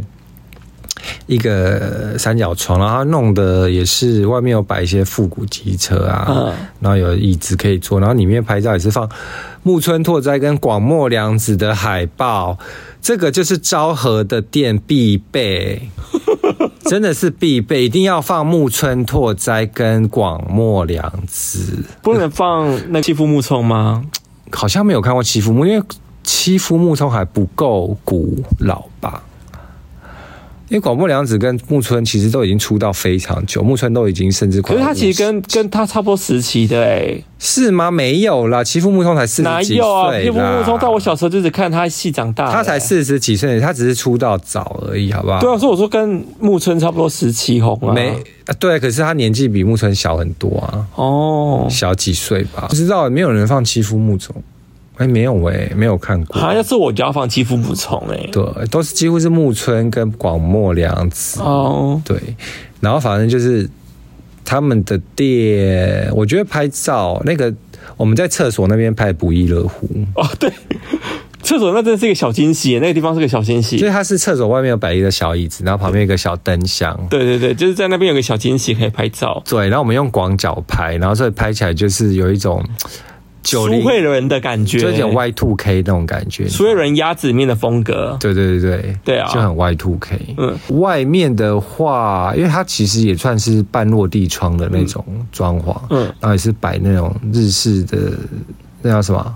一个三角窗，然后它弄的也是外面有摆一些复古机车啊，
嗯
然后有椅子可以坐，然后里面拍照也是放木村拓哉跟广末凉子的海报，这个就是昭和的店必 备，真的是必备，一定要放木村拓哉跟广末凉子。
不能放那欺负木葱吗？
好像没有看过七夫木，因为七夫木通还不够古老吧。因为广末凉子跟木村其实都已经出道非常久，木村都已经甚至快
可是
要50。
它其实跟跟它差不多时期的哎、
是吗？没有啦，七夫木通才四
哪
十几岁
有啊？欺负
啦
木葱，在我小时候就只看他戏长大、
他才啊
欸
四十几岁，他只是出道早而已，好不好？
对啊，所以我说跟木村差不多时期红啊。
没啊对，可是他年纪比木村小很多啊，
哦，
小几岁吧？不知道，没有人放七夫木种，哎，没有哎、没有看过。
好像是我就要放欺负木虫哎、欸。
对，都是几乎是木村跟广末凉子。
哦，
对，然后反正就是他们的店，我觉得拍照那个我们在厕所那边拍不亦乐乎，
哦，对，厕所那真是一个小惊喜，欸那个地方是个小惊喜
就。是啊它是厕所外面有摆一个小椅子，然后旁边有一个小灯箱。
对对对，就是在那边有个小惊喜可以拍照，
对，然后我们用广角拍，然后所以拍起来就是有一种九
苏
零，
慧伦的感觉，
就有点 Y two K 那种感觉。
苏慧伦鸭子面的风格。
对对对对，
对啊
就很 Y two K。
嗯
嗯，外面的话，因为它其实也算是半落地窗的那种装潢，
嗯
嗯，然后也是摆那种日式的那叫什么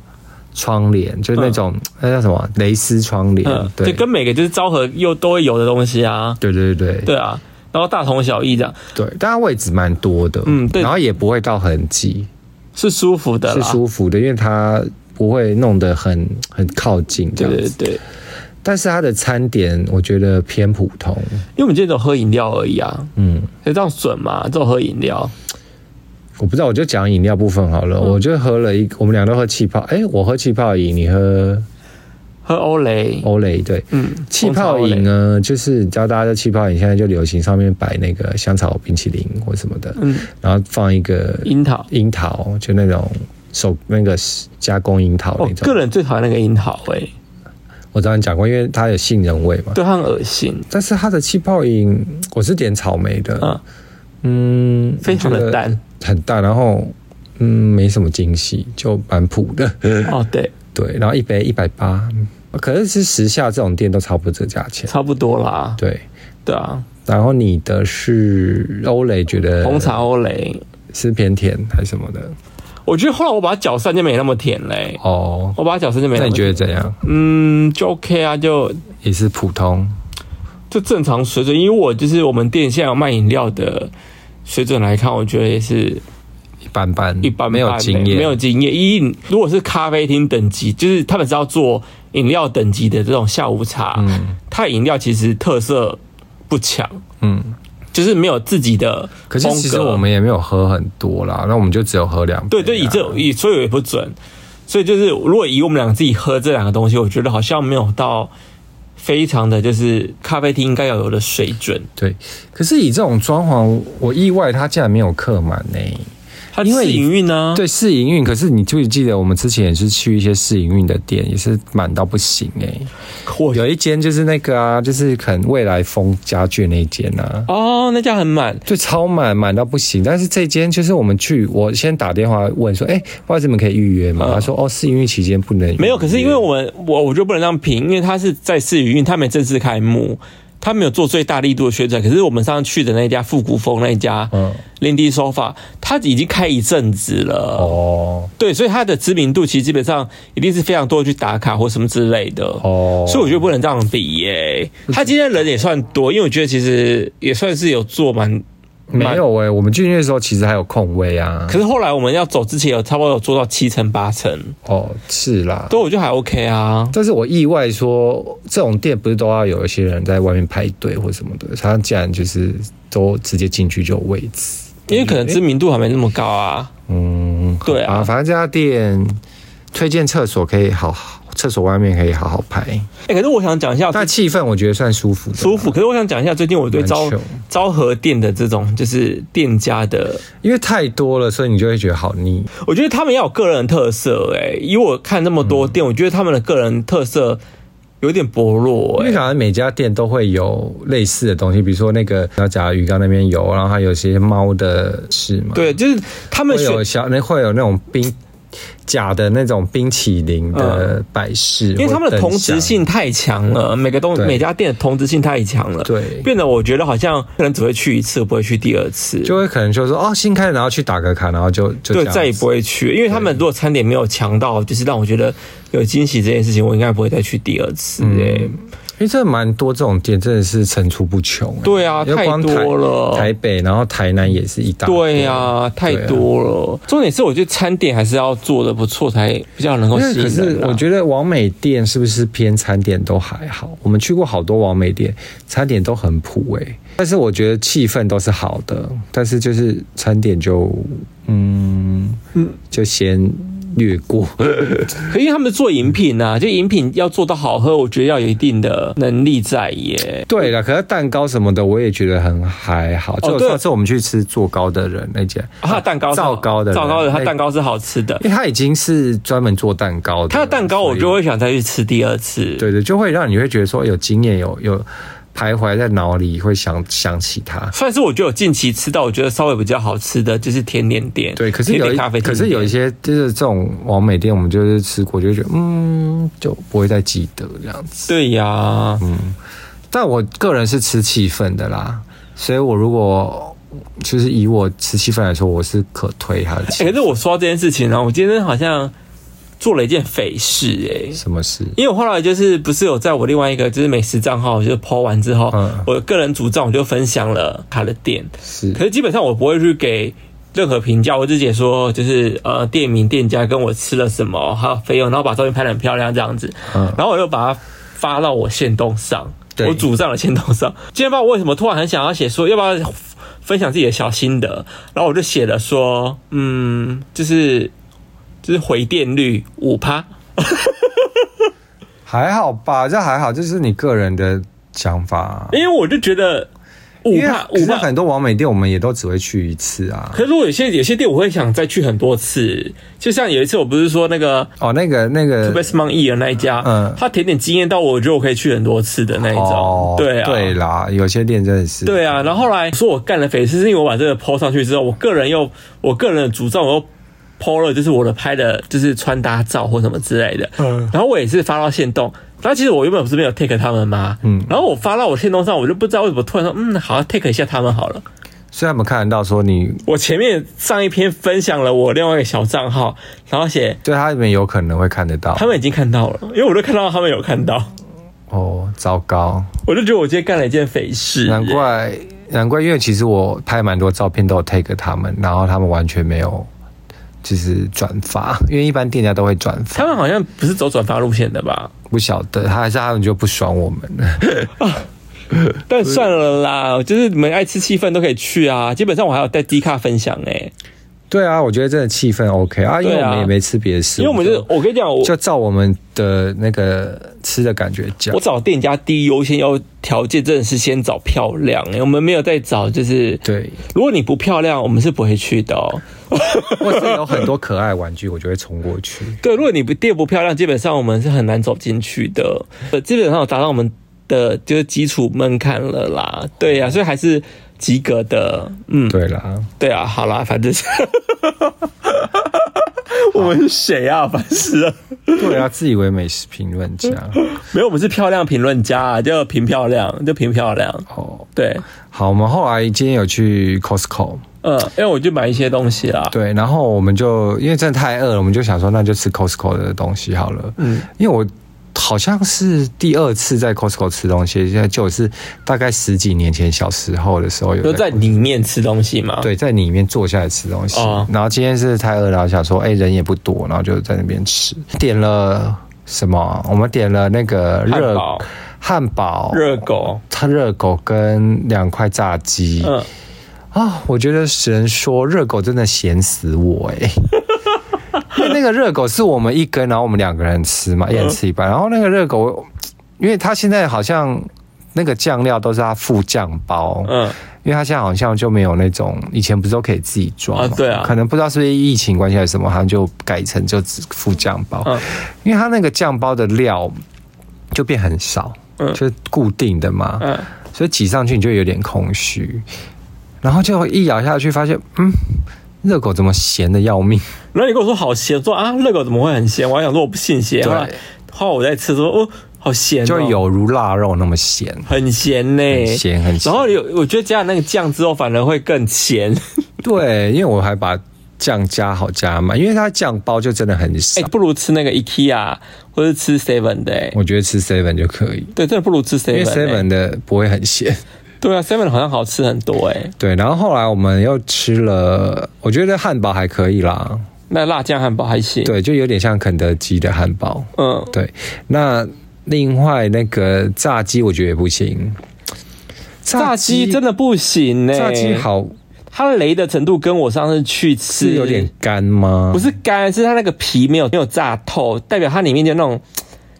窗帘，就是那种、那叫什么蕾丝窗帘，
嗯，
对，
就跟每个就是昭和又都会有的东西啊，
对对对对
对啊，然后大同小异这样，
对，但它位置蛮多的，
嗯对
然后也不会到很挤，
是舒服的
是
啦，
舒服的，因为它不会弄得很很靠近
对
这样
对
子。
对，
但是它的餐点我觉得偏普通，
因为我们今天只有喝饮料而已啊，
嗯。
所以这样准嘛，只有喝饮料，
我不知道，我就讲饮料部分好了。
嗯
我就喝了一，我们俩都喝气泡。哎、我喝气泡饮，你喝
喝欧蕾，
欧蕾，对。
嗯，
哦气泡饮
啊，
呢，就是教大家的气泡饮，现在就流行上面摆那个香草冰淇淋或什么的，
嗯，
然后放一个
樱桃。
樱桃，就那种手那个加工樱桃
我
那种。
哦个人最讨厌那个樱桃味、
我之前讲过，因为它有杏仁味嘛。
对它很恶心，
但是它的气泡饮，我是点草莓的，
嗯
嗯，
非常的淡，
很淡，然后嗯，没什么惊喜，就蛮普的。
哦，对，
对，然后一杯一百八，可是是时下这种店都差不多这个价钱。
差不多啦，
对，
对啊，
然后你的是欧蕾，觉得
红茶欧蕾，
是偏甜还是什么的？
我觉得后来我把它搅散就没那么甜嘞、
哦，
我把它搅散就没
那
么
你觉
甜
得怎样？
嗯，就 OK 啊，就
也是普通。
就正常水准，因为我就是我们店现在有卖饮料的水准来看，我觉得也是
一般般，
一般般
没有经验，
没有经验。一如果是咖啡厅等级，就是他们是要做饮料等级的这种下午茶，
嗯
它饮料其实特色不强，
嗯。
就是没有自己的
可
风
是
格。
其实我们也没有喝很多啦，那我们就只有喝两杯
对，
啊、
就以这种以所以也不准，所以就是如果以我们俩自己喝这两个东西，我觉得好像没有到非常的就是咖啡厅应该要有的水准。
对。可是以这种装潢，我意外它竟然没有客满呢、
它
因为
是营运啊呢，
对，试营运，可是你记不记得我们之前也是去一些试营运的店，也是满到不行哎、
我
有一间就是那个啊，就是可能未来风家具那一间啊，
哦，那家很满，
就超满满到不行。但是这间就是我们去，我先打电话问说，哎、不好意思，你们可以预约吗？
嗯
他说哦，试营运期间不能预约。
没有。可是因为我们
嗯
我我就不能这样评，因为它是在试营运，它没正式开幕。它没有做最大力度的宣传，可是我们上次去的那家复古风那一家
嗯
Lindy Sofa，它已经开一阵子了。
哦
对，所以它的知名度其实基本上一定是非常多去打卡或什么之类的。
哦，
所以我觉得不能这样比耶、他今天人也算多，因为我觉得其实也算是有做蛮
没有哎、我们进去的时候其实还有空位啊。
可是后来我们要走之前，有差不多有做到七成八成，
哦，是啦。
对，我觉得还 OK 啊。
但是我意外说，这种店不是都要有一些人在外面排队或什么的，他竟然就是都直接进去就有位置。
因为可能知名度还没那么高啊。
嗯，
对啊
好吧反正这家店推荐厕所可以好好，厕所外面可以好好拍，
哎、可是我想讲一下
但气氛我觉得算舒服的，
舒服，，可是我想讲一下最近我对
蛮
昭
chill
昭和店的这种就是店家的
因为太多了，所以你就会觉得好腻。
我觉得他们要有个人特色、欸，以我看那么
嗯
多店，我觉得他们的个人特色有点薄弱、
因
欸，
为好像每家店都会有类似的东西，比如说那个然后假如鱼缸那边有，然后还有些猫的事嘛，，
对，就是他们
会有
选，
小那会有那种冰假的那种冰淇淋的摆饰，
嗯因为他们的
或
同
灯箱
质性太强了，每个东
对
每家店的同质性太强了，
对
变得我觉得好像可能只会去一次，不会去第二次，
就会可能就说哦新开的，然后去打个卡，然后就就
对，
这样
再也不会去，因为他们如果餐点没有强到，就是让我觉得有惊喜这件事情，我应该不会再去第二次、欸，
因为这蛮多这种店真的是层出不穷、欸。
对啊
因为光
太多
台
了
台北，然后台南也是一大
啊对啊
呀、
呀、太多了。重点是，我觉得餐点还是要做的不错，才比较能够
因
吸引
为
人、啊。
可是我觉得王美店是不是偏餐点都还好？我们去过好多王美店，餐点都很普哎、但是我觉得气氛都是好的，但是就是餐点就嗯就先略过。
可因为他们做饮品啊，就饮品要做到好喝，我觉得要有一定的能力在耶。
对了，可是蛋糕什么的我也觉得很还好。就
哦对
上次我们去吃做糕的人那家，
啊它的蛋糕是
造糕的人
造糕的，它
那
蛋糕是好吃的。
因为他已经是专门做蛋糕的，
它的蛋糕我就会想再去吃第二次。
对对，就会让你会觉得说有经验，有有徘徊在脑里，会想想起它。
算是我觉得我近期吃到我觉得稍微比较好吃的就是甜点店，
对，可是
甜
有
点
一
咖啡
可
厅店，
是有一些就是这种完美店，我们就是吃过，就会觉得嗯，就不会再记得这样子。
对呀、
但我个人是吃气氛的啦，所以我如果就是以我吃气氛来说，我是可推它的气
欸
氛。
可是我说到这件事情呢、我今天好像做了一件匪事哎、
什么事？
因为我后来就是不是有在我另外一个就是美食账号，我就 PO 完之后，
嗯
我个人主账我就分享了他的店，
是
可是基本上我不会去给任何评价，我只解说就是呃店名、店家跟我吃了什么，还有费用，然后把照片拍得很漂亮这样子，
嗯
然后我又把它发到我线动上，
对
我主账的线动上。 今天不知道为什么突然很想要写说，要不要分享自己的小心得，然后我就写了说，嗯，就是就是回电率五趴。
还好吧，这还好，这是你个人的想法啊、
因为我就觉得五
因为
帕
可
五
是
帕。
很多完美店，我们也都只会去一次啊。
可是我有些有些店我会想再去很多次，就像有一次我不是说那个
哦，那个那个
Best Mon E 的那一家，
嗯
他甜点惊艳到我，我觉得我可以去很多次的那一种，
哦，
对啊，
对啦，有些店真的是
对啊，然后后来说我干了匪事，是因为我把这个 PO 上去之后，我个人又我个人的主张我又 PO 了，就是我的拍的，就是穿搭照或什么之类的。嗯，然后我也是发到线动，然后其实我原本不是没有 take 他们吗？嗯，然后我发到我线动上，我就不知道为什么突然说，嗯，好 take 一下他们好了。
虽然我们看得到说你
我前面上一篇分享了我另外一个小账号，然后写
对他们有可能会看得到，
他们已经看到了，因为我都看到他们有看到，
哦，糟糕，
我就觉得我今天干了一件匪事。
难怪难怪，因为其实我拍蛮多照片都有 take 他们，然后他们完全没有就是转发，因为一般店家都会转
他
发，
们好像不是走转发路线的吧？
不晓得，他还是他们就不爽我们 了。
但算了啦，就是你们爱吃气氛都可以去啊。基本上我还有带低卡分享哎、
对啊，我觉得真的气氛 OK 啊，因为
对
我
啊
们也没吃别的食
因
物，
为我们就是我跟你讲，我
就照我们的那个吃的感觉讲
我。找店家第一优先要条件真的是先找漂亮、欸，我们没有在找就是，
对，
如果你不漂亮，我们是不会去的哦。
或是有很多可爱的玩具，我就会冲过去。
对，如果你不店不漂亮，基本上我们是很难走进去的。呃，基本上有达到我们的就是基础门槛了啦。对呀、所以还是及格的。嗯，
对啦，
对啊，好啦，反正是 我们是谁啊？烦死了！
对啊，自以为美食评论家
没有，我们是漂亮评论家、啊，就评漂亮，就评漂亮。
哦。
对，
好，我们后来今天有去 Costco，
嗯，因为我就买一些东西啦。
对，然后我们就因为真的太饿了，我们就想说那就吃 Costco 的东西好了。嗯，因为我好像是第二次在 Costco 吃东西，现在就是大概十几年前小时候的时候有
就在里面吃东西嘛。，
对，在里面坐下来吃东西。
哦
然后今天是太饿了，然后想说，哎、人也不多，然后就在那边吃。点了什么？我们点了那个
汉
热
堡
汉堡、
热狗，
它热狗跟两块炸鸡。
嗯，
啊，我觉得只能说热狗真的咸死我 哎、因为那个热狗是我们一根，然后我们两个人吃
嗯
嘛，一人吃一半。然后那个热狗，因为它现在好像那个酱料都是它附酱包，
嗯，
因为它现在好像就没有那种以前不是都可以自己装
啊
嘛
对啊
可能不知道是不是疫情关系还是什么，好像就改成就只附酱包，
嗯
因为它那个酱包的料就变很少，
嗯
就是固定的嘛，
嗯
所以挤上去你就有点空虚，然后就一咬下去发现，嗯，热狗怎么咸的要命？
然后你跟我说好咸，说啊热狗怎么会很咸？我还想说我不信邪，
对
后来后来我在吃说哦好咸、哦，
就有如腊肉那么咸，
很咸呢、
很咸很咸
然后有我觉得加了那个酱之后反而会更 咸。
对，因为我还把酱加好加满，因为它酱包就真的很少
哎、， 不如吃那个 IKEA 或是吃 Seven 的、欸，
我觉得吃 seven 就可以。
对，真的不如吃
因
Seven、
为
欸。
seven 的不会很咸，
对啊，Seven 好像好吃很多哎、
对。然后后来我们又吃了，我觉得汉堡还可以啦，
那辣酱汉堡还行。，
对，就有点像肯德基的汉堡，
嗯，
对。那另外那个炸鸡，我觉得也不行，
炸鸡真的欸不行呢、
炸鸡，好
它雷的程度跟我上次去吃
是有点干吗？
不，是干，是它那个皮没有没有炸透，代表它里面就那种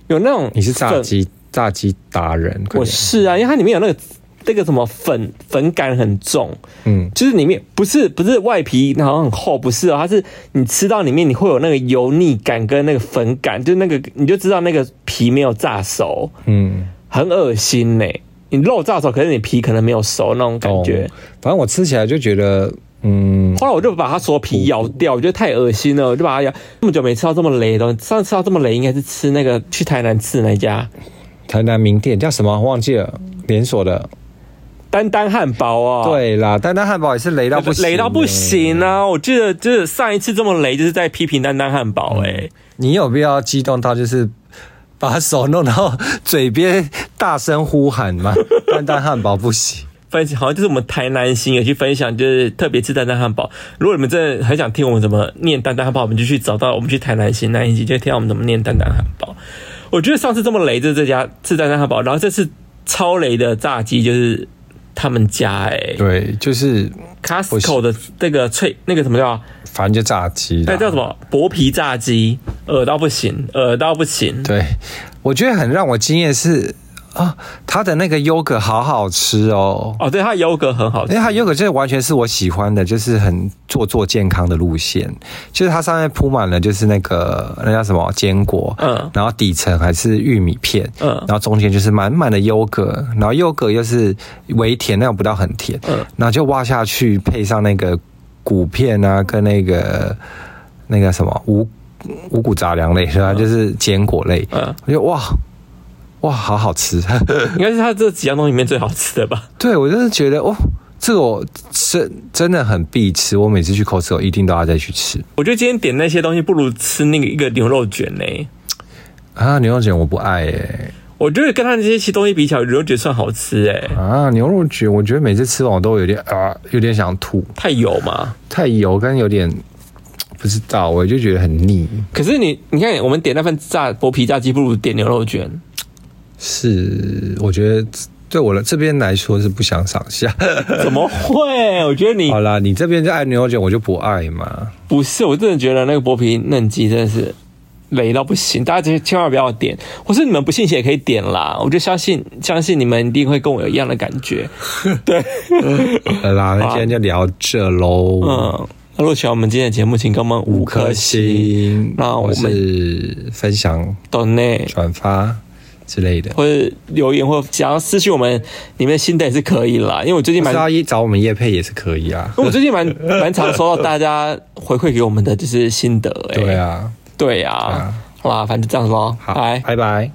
有那种
你是炸
粉，
鸡炸鸡达人，快
我
点
是啊，因为它里面有那个那个什么粉粉感很重，
嗯，
就是里面不是不是外皮好像很厚，不是哦，它是你吃到里面你会有那个油腻感跟那个粉感，就是那个你就知道那个皮没有炸熟，
嗯，
很恶心呢、你肉炸熟，可是你皮可能没有熟那种感觉
哦。反正我吃起来就觉得，嗯，
后来我就把它所有皮咬掉，我觉得太恶心了，我就把它咬。那么久没吃到这么雷的东西，上次吃到这么雷应该是吃那个去台南吃的那家
台南名店叫什么忘记了，连锁的。
丹丹汉堡哦。。
对啦，但那汉堡也是雷到不行、欸
雷到不。行啊！我记得就是上一次这么雷，就是在批评丹丹汉堡
嗯
哎、
你有必要激动到就是把手弄到嘴边大声呼喊吗？丹丹汉堡不行。
分享好像就是我们台南星有去分享，就是特别吃丹丹汉堡。如果你们真的很想听我们怎么念丹丹汉堡，我们就去找到我们去台南星那一集，就听到我们怎么念丹丹汉堡。我觉得上次这么雷就是这家吃丹丹汉堡，然后这次超雷的炸鸡就是他们家哎、
对，就是
Costco 的那个脆那个什么叫呃
反正就炸鸡啦。
那叫什么薄皮炸鸡，恶到不行，恶到不行。
对，我觉得很让我惊艳是啊，它的那个优格好好吃哦。
哦，对，它的优格很好
因
吃
为，它优格这完全是我喜欢的，就是很做做健康的路线，就是它上面铺满了就是那个那叫什么坚果，
嗯
然后底层还是玉米片，
嗯
然后中间就是满满的优格，然后优格又是微甜，那种不到很甜，
嗯
然后就挖下去配上那个谷片啊，跟那个那个什么五五谷杂粮类是吧？就是坚果类，
嗯
我觉得哇哇好好吃，
应该是它这几样东西里面最好吃的吧？
对我就是觉得哦，这个我真真的很必吃，我每次去 Costco 一定都要再去吃
我觉得今天点那些东西，不如吃那个一个牛肉卷呢、
啊！牛肉卷我不爱耶、
我觉得跟它这些东西比起来，牛肉卷算好吃哎、
啊，牛肉卷我觉得每次吃完我都有点啊，有点想吐，
太油嘛。
太油跟有点不知道，我就觉得很腻。
可是你，你看我们点那份炸剥皮炸鸡，不如点牛肉卷。
是，我觉得对我的这边来说是不相上 下。
怎么会？我觉得你
好啦，你这边就爱牛肉卷，我就不爱嘛。
不是，我真的觉得那个剥皮嫩鸡真的是雷到不行，大家千千万不要点，或是你们不信邪也可以点啦，我就相信相信你们一定会跟我有一样的感觉。对，
好 啦，那今天就聊这喽。
嗯，那如果喜欢我们今天的节目，请给我们
五
五颗
颗
星、
星，
那我
我
们
是分享、
抖内
转发之类的。
或者留言，或想要私信我们你们的心得也是可以啦，因为我最近
不
蛮
是要啊一找我们叶配也是可以啊。
我最近蛮蛮常收到大家回馈给我们的就是心得、欸，
对，啊，
对啊，好啦，反正就这样子咯，
好
拜，。
拜拜。